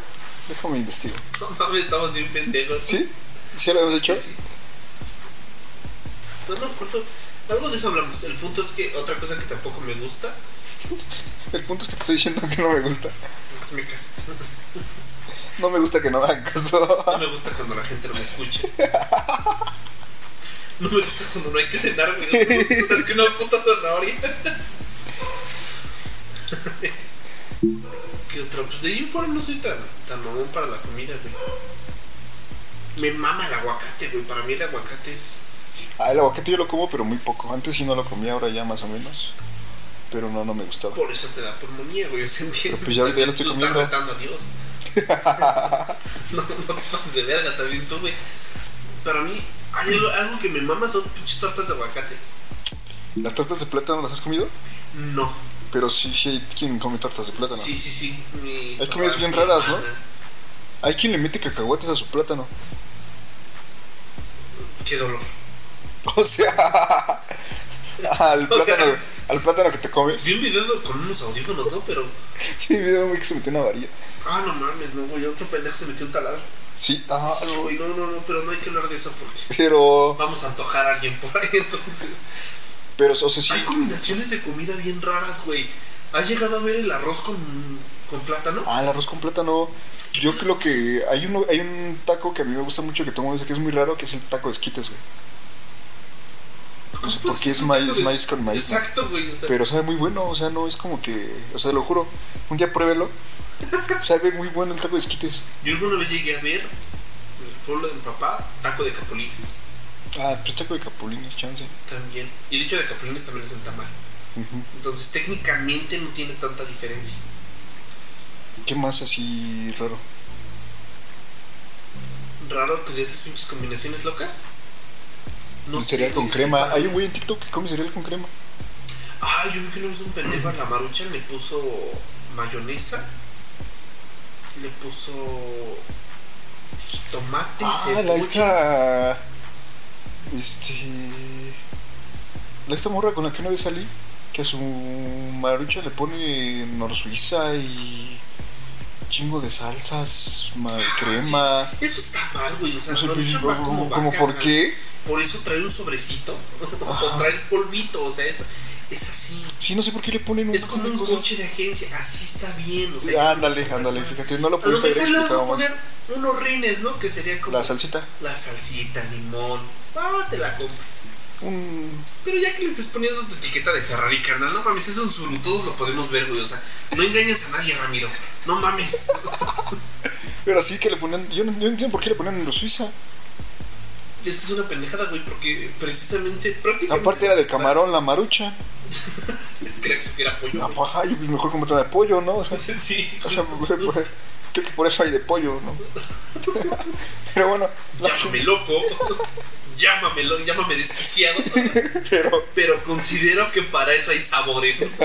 [SPEAKER 2] Déjame investigar.
[SPEAKER 1] No mames, estamos bien pendejos.
[SPEAKER 2] ¿Sí? ¿Sí lo habíamos hecho?
[SPEAKER 1] Sí. No me acuerdo. Algo de eso hablamos. El punto es que otra cosa que tampoco me gusta
[SPEAKER 2] El punto es que te estoy diciendo que no me gusta.
[SPEAKER 1] es mi casa.
[SPEAKER 2] No me gusta que no hagan caso.
[SPEAKER 1] No me gusta cuando la gente no me escucha. No me gusta cuando no hay que cenar, güey. Es que una puta zanahoria. ¿Qué otra? Pues de ahí en fuera no soy tan, tan mamón para la comida, güey. Me mama el aguacate, güey. Para mí el aguacate es.
[SPEAKER 2] Ah, el aguacate yo lo como, pero muy poco. Antes sí no lo comía, ahora ya más o menos. Pero no, no me gustaba.
[SPEAKER 1] Por eso te da pulmonía, güey. Yo se entiende.
[SPEAKER 2] Pero pues ya ahorita ya lo estoy
[SPEAKER 1] Tú
[SPEAKER 2] comiendo.
[SPEAKER 1] Estás retando a Dios. no, no te pases de verga también tú, güey. Para mí, hay algo, algo que me mama son pinches tortas de aguacate.
[SPEAKER 2] ¿Las tortas de plátano las has comido?
[SPEAKER 1] No.
[SPEAKER 2] Pero sí, sí hay quien come tortas de plátano.
[SPEAKER 1] Sí, sí, sí. Mis
[SPEAKER 2] Hay
[SPEAKER 1] papás,
[SPEAKER 2] comidas bien
[SPEAKER 1] mi
[SPEAKER 2] raras, ¿no?
[SPEAKER 1] hermana.
[SPEAKER 2] Hay quien le mete cacahuates a su plátano.
[SPEAKER 1] Qué dolor.
[SPEAKER 2] O sea, al
[SPEAKER 1] O sea-
[SPEAKER 2] plátano, al plátano que te comes.
[SPEAKER 1] Vi un video con unos audífonos, ¿no? Pero.
[SPEAKER 2] Y me dio muy que se metió una varilla.
[SPEAKER 1] Ah, no mames, no, güey. Otro pendejo se metió un taladro.
[SPEAKER 2] Sí, ah,
[SPEAKER 1] No, güey, no, no, no, pero no hay que hablar de eso porque
[SPEAKER 2] pero,
[SPEAKER 1] vamos a antojar a alguien por ahí, entonces.
[SPEAKER 2] pero, o sea, sí,
[SPEAKER 1] Hay combinaciones de comida bien raras, güey. ¿Has llegado a ver el arroz con, con plátano?
[SPEAKER 2] Ah, el arroz con plátano. Yo creo que hay uno, hay un taco que a mí me gusta mucho que tomo desde que es muy raro, que es el taco de esquites, güey. O sea, Ah, porque es maíz, maíz con maíz. ¿no?
[SPEAKER 1] Exacto, güey. O sea,
[SPEAKER 2] Pero sabe muy bueno, o sea, no es como que, o sea, lo juro, un día pruébelo. Sabe muy bueno el taco de esquites.
[SPEAKER 1] Yo alguna vez llegué a ver en el pueblo de mi papá taco de capulines.
[SPEAKER 2] Ah, pues taco de capulines, chance.
[SPEAKER 1] También. Y el hecho de capulines también es el tamal.
[SPEAKER 2] Ujú.
[SPEAKER 1] Entonces técnicamente no tiene tanta diferencia.
[SPEAKER 2] ¿Qué más así raro?
[SPEAKER 1] Raro que de esas pinches combinaciones locas.
[SPEAKER 2] Un
[SPEAKER 1] sé,
[SPEAKER 2] cereal con
[SPEAKER 1] es que
[SPEAKER 2] crema.
[SPEAKER 1] para-
[SPEAKER 2] Hay un güey en TikTok que come cereal con crema.
[SPEAKER 1] Ah, yo vi que una vez un pendejo a la marucha le puso mayonesa, le puso jitomate y
[SPEAKER 2] Ah, la
[SPEAKER 1] cebolla.
[SPEAKER 2] extra. Este. La esta morra con la que una vez salí, que a su marucha le pone nor suiza y. chingo de salsas, ma-
[SPEAKER 1] Ah,
[SPEAKER 2] crema.
[SPEAKER 1] sí, Eso está mal, güey. O sea,
[SPEAKER 2] No sé,
[SPEAKER 1] la marucha
[SPEAKER 2] pues,
[SPEAKER 1] va como,
[SPEAKER 2] como, como
[SPEAKER 1] vaca,
[SPEAKER 2] por
[SPEAKER 1] ¿no?
[SPEAKER 2] qué.
[SPEAKER 1] Por eso trae un sobrecito o
[SPEAKER 2] Ajá.
[SPEAKER 1] trae el polvito, o sea, es, es así.
[SPEAKER 2] Sí, no sé por qué le ponen un
[SPEAKER 1] Es
[SPEAKER 2] montón
[SPEAKER 1] como
[SPEAKER 2] de
[SPEAKER 1] un
[SPEAKER 2] cosas.
[SPEAKER 1] coche de agencia, así está bien, o sea.
[SPEAKER 2] ándale, ándale, fíjate, no lo
[SPEAKER 1] A lo
[SPEAKER 2] pudiste haber
[SPEAKER 1] mejor le vas a
[SPEAKER 2] explicado
[SPEAKER 1] poner
[SPEAKER 2] mal.
[SPEAKER 1] unos rines, ¿no? Que sería como
[SPEAKER 2] La salsita,
[SPEAKER 1] la salsita, limón. Ah, te la compro.
[SPEAKER 2] un.
[SPEAKER 1] Pero ya que le estés poniendo tu etiqueta de Ferrari, carnal, no mames, es un suru, todos lo podemos ver, güey. O sea, no engañes a nadie, Ramiro. No mames.
[SPEAKER 2] Pero así que le ponen. Yo no, yo no entiendo por qué le ponen nor suiza.
[SPEAKER 1] Es que es una pendejada, güey, porque precisamente prácticamente.
[SPEAKER 2] Aparte era de camarón la marucha. Ah, pues,
[SPEAKER 1] Creía que supiera pollo. güey.
[SPEAKER 2] Ajá, yo mejor como todo de pollo, ¿no? O sea,
[SPEAKER 1] Sí, Este,
[SPEAKER 2] O sea,
[SPEAKER 1] justo,
[SPEAKER 2] por-
[SPEAKER 1] justo.
[SPEAKER 2] por- creo que por eso hay de pollo, ¿no? Pero bueno, la
[SPEAKER 1] Llámame loco. Llámamelo, llámame desquiciado.
[SPEAKER 2] gente- pero,
[SPEAKER 1] Pero considero que para eso hay sabores. ¿no?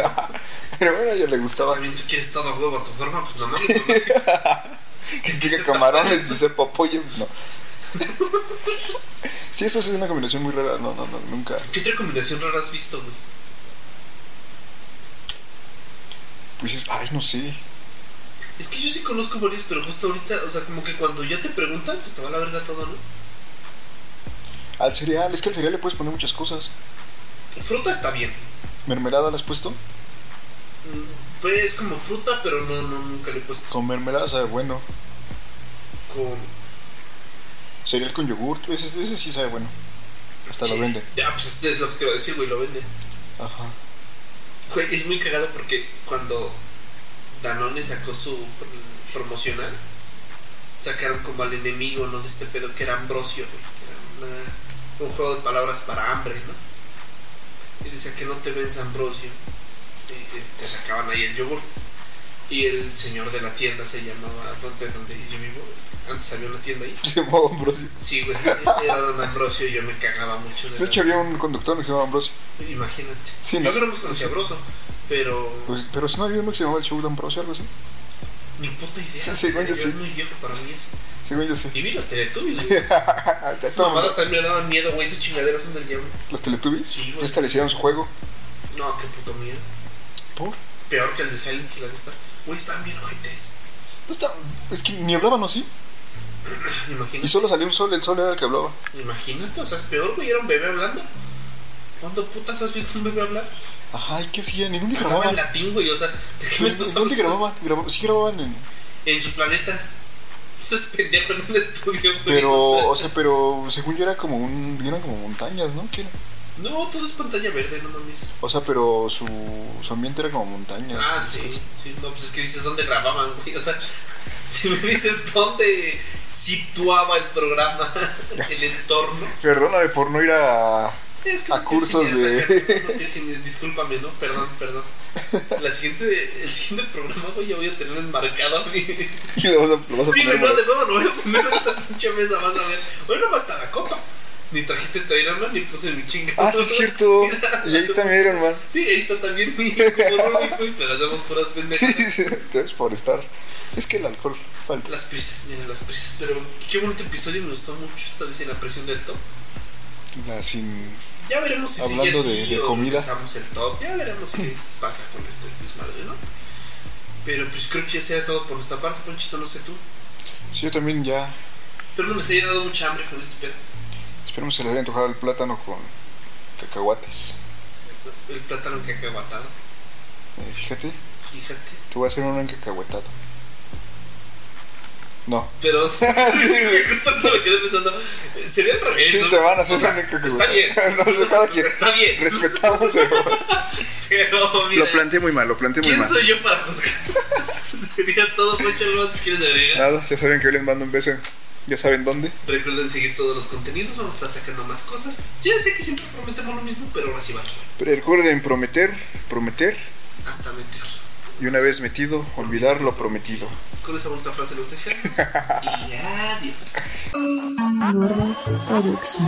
[SPEAKER 2] pero bueno, a ella le gustaba
[SPEAKER 1] También tú quieres todo a huevo a tu forma, pues no mames. no mames.
[SPEAKER 2] que diga camarones y sepa pollo, no. Sí, eso sí es una combinación muy rara, no, no, no, nunca.
[SPEAKER 1] ¿Qué otra combinación rara has visto, güey?
[SPEAKER 2] Pues dices, ay, no sé.
[SPEAKER 1] Es que yo sí conozco varios, pero justo ahorita, o sea, como que cuando ya te preguntan, se te va la verga todo, ¿no?
[SPEAKER 2] Al cereal, es que al cereal le puedes poner muchas cosas.
[SPEAKER 1] Fruta está bien.
[SPEAKER 2] ¿Mermelada la has puesto?
[SPEAKER 1] Mm, Pues es como fruta, pero no, no, nunca le he puesto
[SPEAKER 2] Con mermelada sabe bueno.
[SPEAKER 1] con.
[SPEAKER 2] Cereal con yogurt, ese, ese sí sabe bueno. Hasta
[SPEAKER 1] Sí.
[SPEAKER 2] lo venden.
[SPEAKER 1] Ya, pues este es lo que te iba a decir, güey, lo venden.
[SPEAKER 2] Ajá.
[SPEAKER 1] Güey, es muy cagado porque cuando Danone sacó su pr- promocional, sacaron como al enemigo, ¿no? De este pedo que era Ambrosio, güey, que era una- un juego de palabras para hambre, ¿no? Y decía que no te vence Ambrosio. Y que te sacaban ahí el yogur. Y el señor de la tienda se llamaba, donde, donde yo vivo, antes había una tienda ahí.
[SPEAKER 2] Se llamaba Ambrosio.
[SPEAKER 1] Sí, güey, era Don Ambrosio y yo me cagaba mucho en
[SPEAKER 2] De
[SPEAKER 1] esa.
[SPEAKER 2] hecho, había un conductor que se llamaba Ambrosio.
[SPEAKER 1] Imagínate.
[SPEAKER 2] Sí,
[SPEAKER 1] yo
[SPEAKER 2] no.
[SPEAKER 1] creo que nos conocí a Broso, pero.
[SPEAKER 2] Pues, pero si no había uno que se llamaba el show de Ambrosio, algo así.
[SPEAKER 1] ni puta idea.
[SPEAKER 2] Sí, güey, yo
[SPEAKER 1] es
[SPEAKER 2] sí.
[SPEAKER 1] muy viejo para mí eso.
[SPEAKER 2] Según yo sé.
[SPEAKER 1] Y vi los teletubbies, güey. Esas mamadas
[SPEAKER 2] Estaban
[SPEAKER 1] también me daban miedo, güey. Esas chingaderas son del diablo.
[SPEAKER 2] los Teletubbies.
[SPEAKER 1] Sí, güey.
[SPEAKER 2] ya establecieron su juego.
[SPEAKER 1] No, qué puto miedo.
[SPEAKER 2] ¿Por?
[SPEAKER 1] Peor que el de Silent Hill, ahí está. Güey, estaban bien ojetes.
[SPEAKER 2] Está- Es que ni hablaban, ¿no? Sí. Y
[SPEAKER 1] Imagínate.
[SPEAKER 2] solo salió un sol, el sol era el que hablaba.
[SPEAKER 1] Imagínate, o sea, es peor, güey. Era un bebé hablando. ¿Cuándo putas has visto un bebé hablar?
[SPEAKER 2] Ajá, ¿y qué hacían? ¿Y dónde
[SPEAKER 1] Hablaba
[SPEAKER 2] grababan?
[SPEAKER 1] en latín, güey. O sea, ¿de qué me
[SPEAKER 2] ¿En
[SPEAKER 1] estás
[SPEAKER 2] dónde
[SPEAKER 1] hablando?
[SPEAKER 2] grababan? Graba- Sí grababan en...
[SPEAKER 1] En su planeta. Estás pendejo en un estudio, güey.
[SPEAKER 2] Pero, o
[SPEAKER 1] o sea.
[SPEAKER 2] sea, pero según yo era como un, eran como montañas, ¿no? ¿Qué era?
[SPEAKER 1] No, todo es pantalla verde, no mames.
[SPEAKER 2] O sea, pero su, su ambiente era como montañas.
[SPEAKER 1] Ah, sí, sí. No, pues es que dices dónde grababan, güey. O sea, si me dices dónde situaba el programa, el entorno.
[SPEAKER 2] Perdóname por no ir a...
[SPEAKER 1] Es
[SPEAKER 2] A
[SPEAKER 1] no
[SPEAKER 2] cursos
[SPEAKER 1] quise,
[SPEAKER 2] de-
[SPEAKER 1] acá, no quise, discúlpame, ¿no? Perdón, perdón. La siguiente, el siguiente programa, güey, ya voy a tener enmarcado mi.
[SPEAKER 2] Y lo vas a, lo vas a
[SPEAKER 1] Sí,
[SPEAKER 2] poner
[SPEAKER 1] güey, no,
[SPEAKER 2] mal.
[SPEAKER 1] de nuevo lo voy a poner en la pinche mesa, vas a ver. Bueno, basta la copa. Ni trajiste tu Iron Man, ni puse mi chinga.
[SPEAKER 2] Ah, sí, es cierto.
[SPEAKER 1] Mira.
[SPEAKER 2] Y ahí está mi Iron Man.
[SPEAKER 1] Sí, ahí está también mi económico, güey, pero hacemos puras pendejas.
[SPEAKER 2] Entonces, por estar... Es que el alcohol falta.
[SPEAKER 1] Las prisas, miren las prisas. Pero qué bonito episodio, me gustó mucho esta vez en la presión del top.
[SPEAKER 2] La sin...
[SPEAKER 1] Ya veremos si
[SPEAKER 2] Hablando
[SPEAKER 1] sigue así
[SPEAKER 2] de- de
[SPEAKER 1] o
[SPEAKER 2] comida.
[SPEAKER 1] regresamos el top. Ya veremos qué pasa con este desmadre, ¿no? Pero pues creo que ya será todo por nuestra parte, Ponchito, no sé tú.
[SPEAKER 2] Sí, yo también ya...
[SPEAKER 1] Pero no me haya dado mucha hambre con este pedo.
[SPEAKER 2] Esperemos se les haya antojado el plátano con cacahuates.
[SPEAKER 1] El plátano que ha matado.
[SPEAKER 2] Eh, fíjate,
[SPEAKER 1] Fíjate.
[SPEAKER 2] te voy a hacer uno en cacahuetado. No.
[SPEAKER 1] Pero sí, justo me quedé pensando, eh, sería al revés,
[SPEAKER 2] Sí,
[SPEAKER 1] ¿no?
[SPEAKER 2] te van a hacer
[SPEAKER 1] O sea,
[SPEAKER 2] uno en
[SPEAKER 1] Está
[SPEAKER 2] cacahuetado.
[SPEAKER 1] bien,
[SPEAKER 2] no, cada quien.
[SPEAKER 1] está bien.
[SPEAKER 2] Respetamos. pero-
[SPEAKER 1] Pero mira,
[SPEAKER 2] Lo planteé muy mal, lo planteé muy
[SPEAKER 1] ¿quién
[SPEAKER 2] mal.
[SPEAKER 1] soy yo para juzgar? sería todo, mucho algo más que quieres agregar.
[SPEAKER 2] Nada, ya saben que yo les mando un beso. en- Ya saben dónde.
[SPEAKER 1] Recuerden seguir todos los contenidos, vamos a estar sacando más cosas. Ya sé que siempre prometemos lo mismo, pero ahora sí va.
[SPEAKER 2] Pero recuerden prometer, prometer.
[SPEAKER 1] Hasta meter.
[SPEAKER 2] Y una vez metido, olvidar lo prometido.
[SPEAKER 1] Con esa bonita frase los dejamos. y adiós.
[SPEAKER 4] Gordas Production.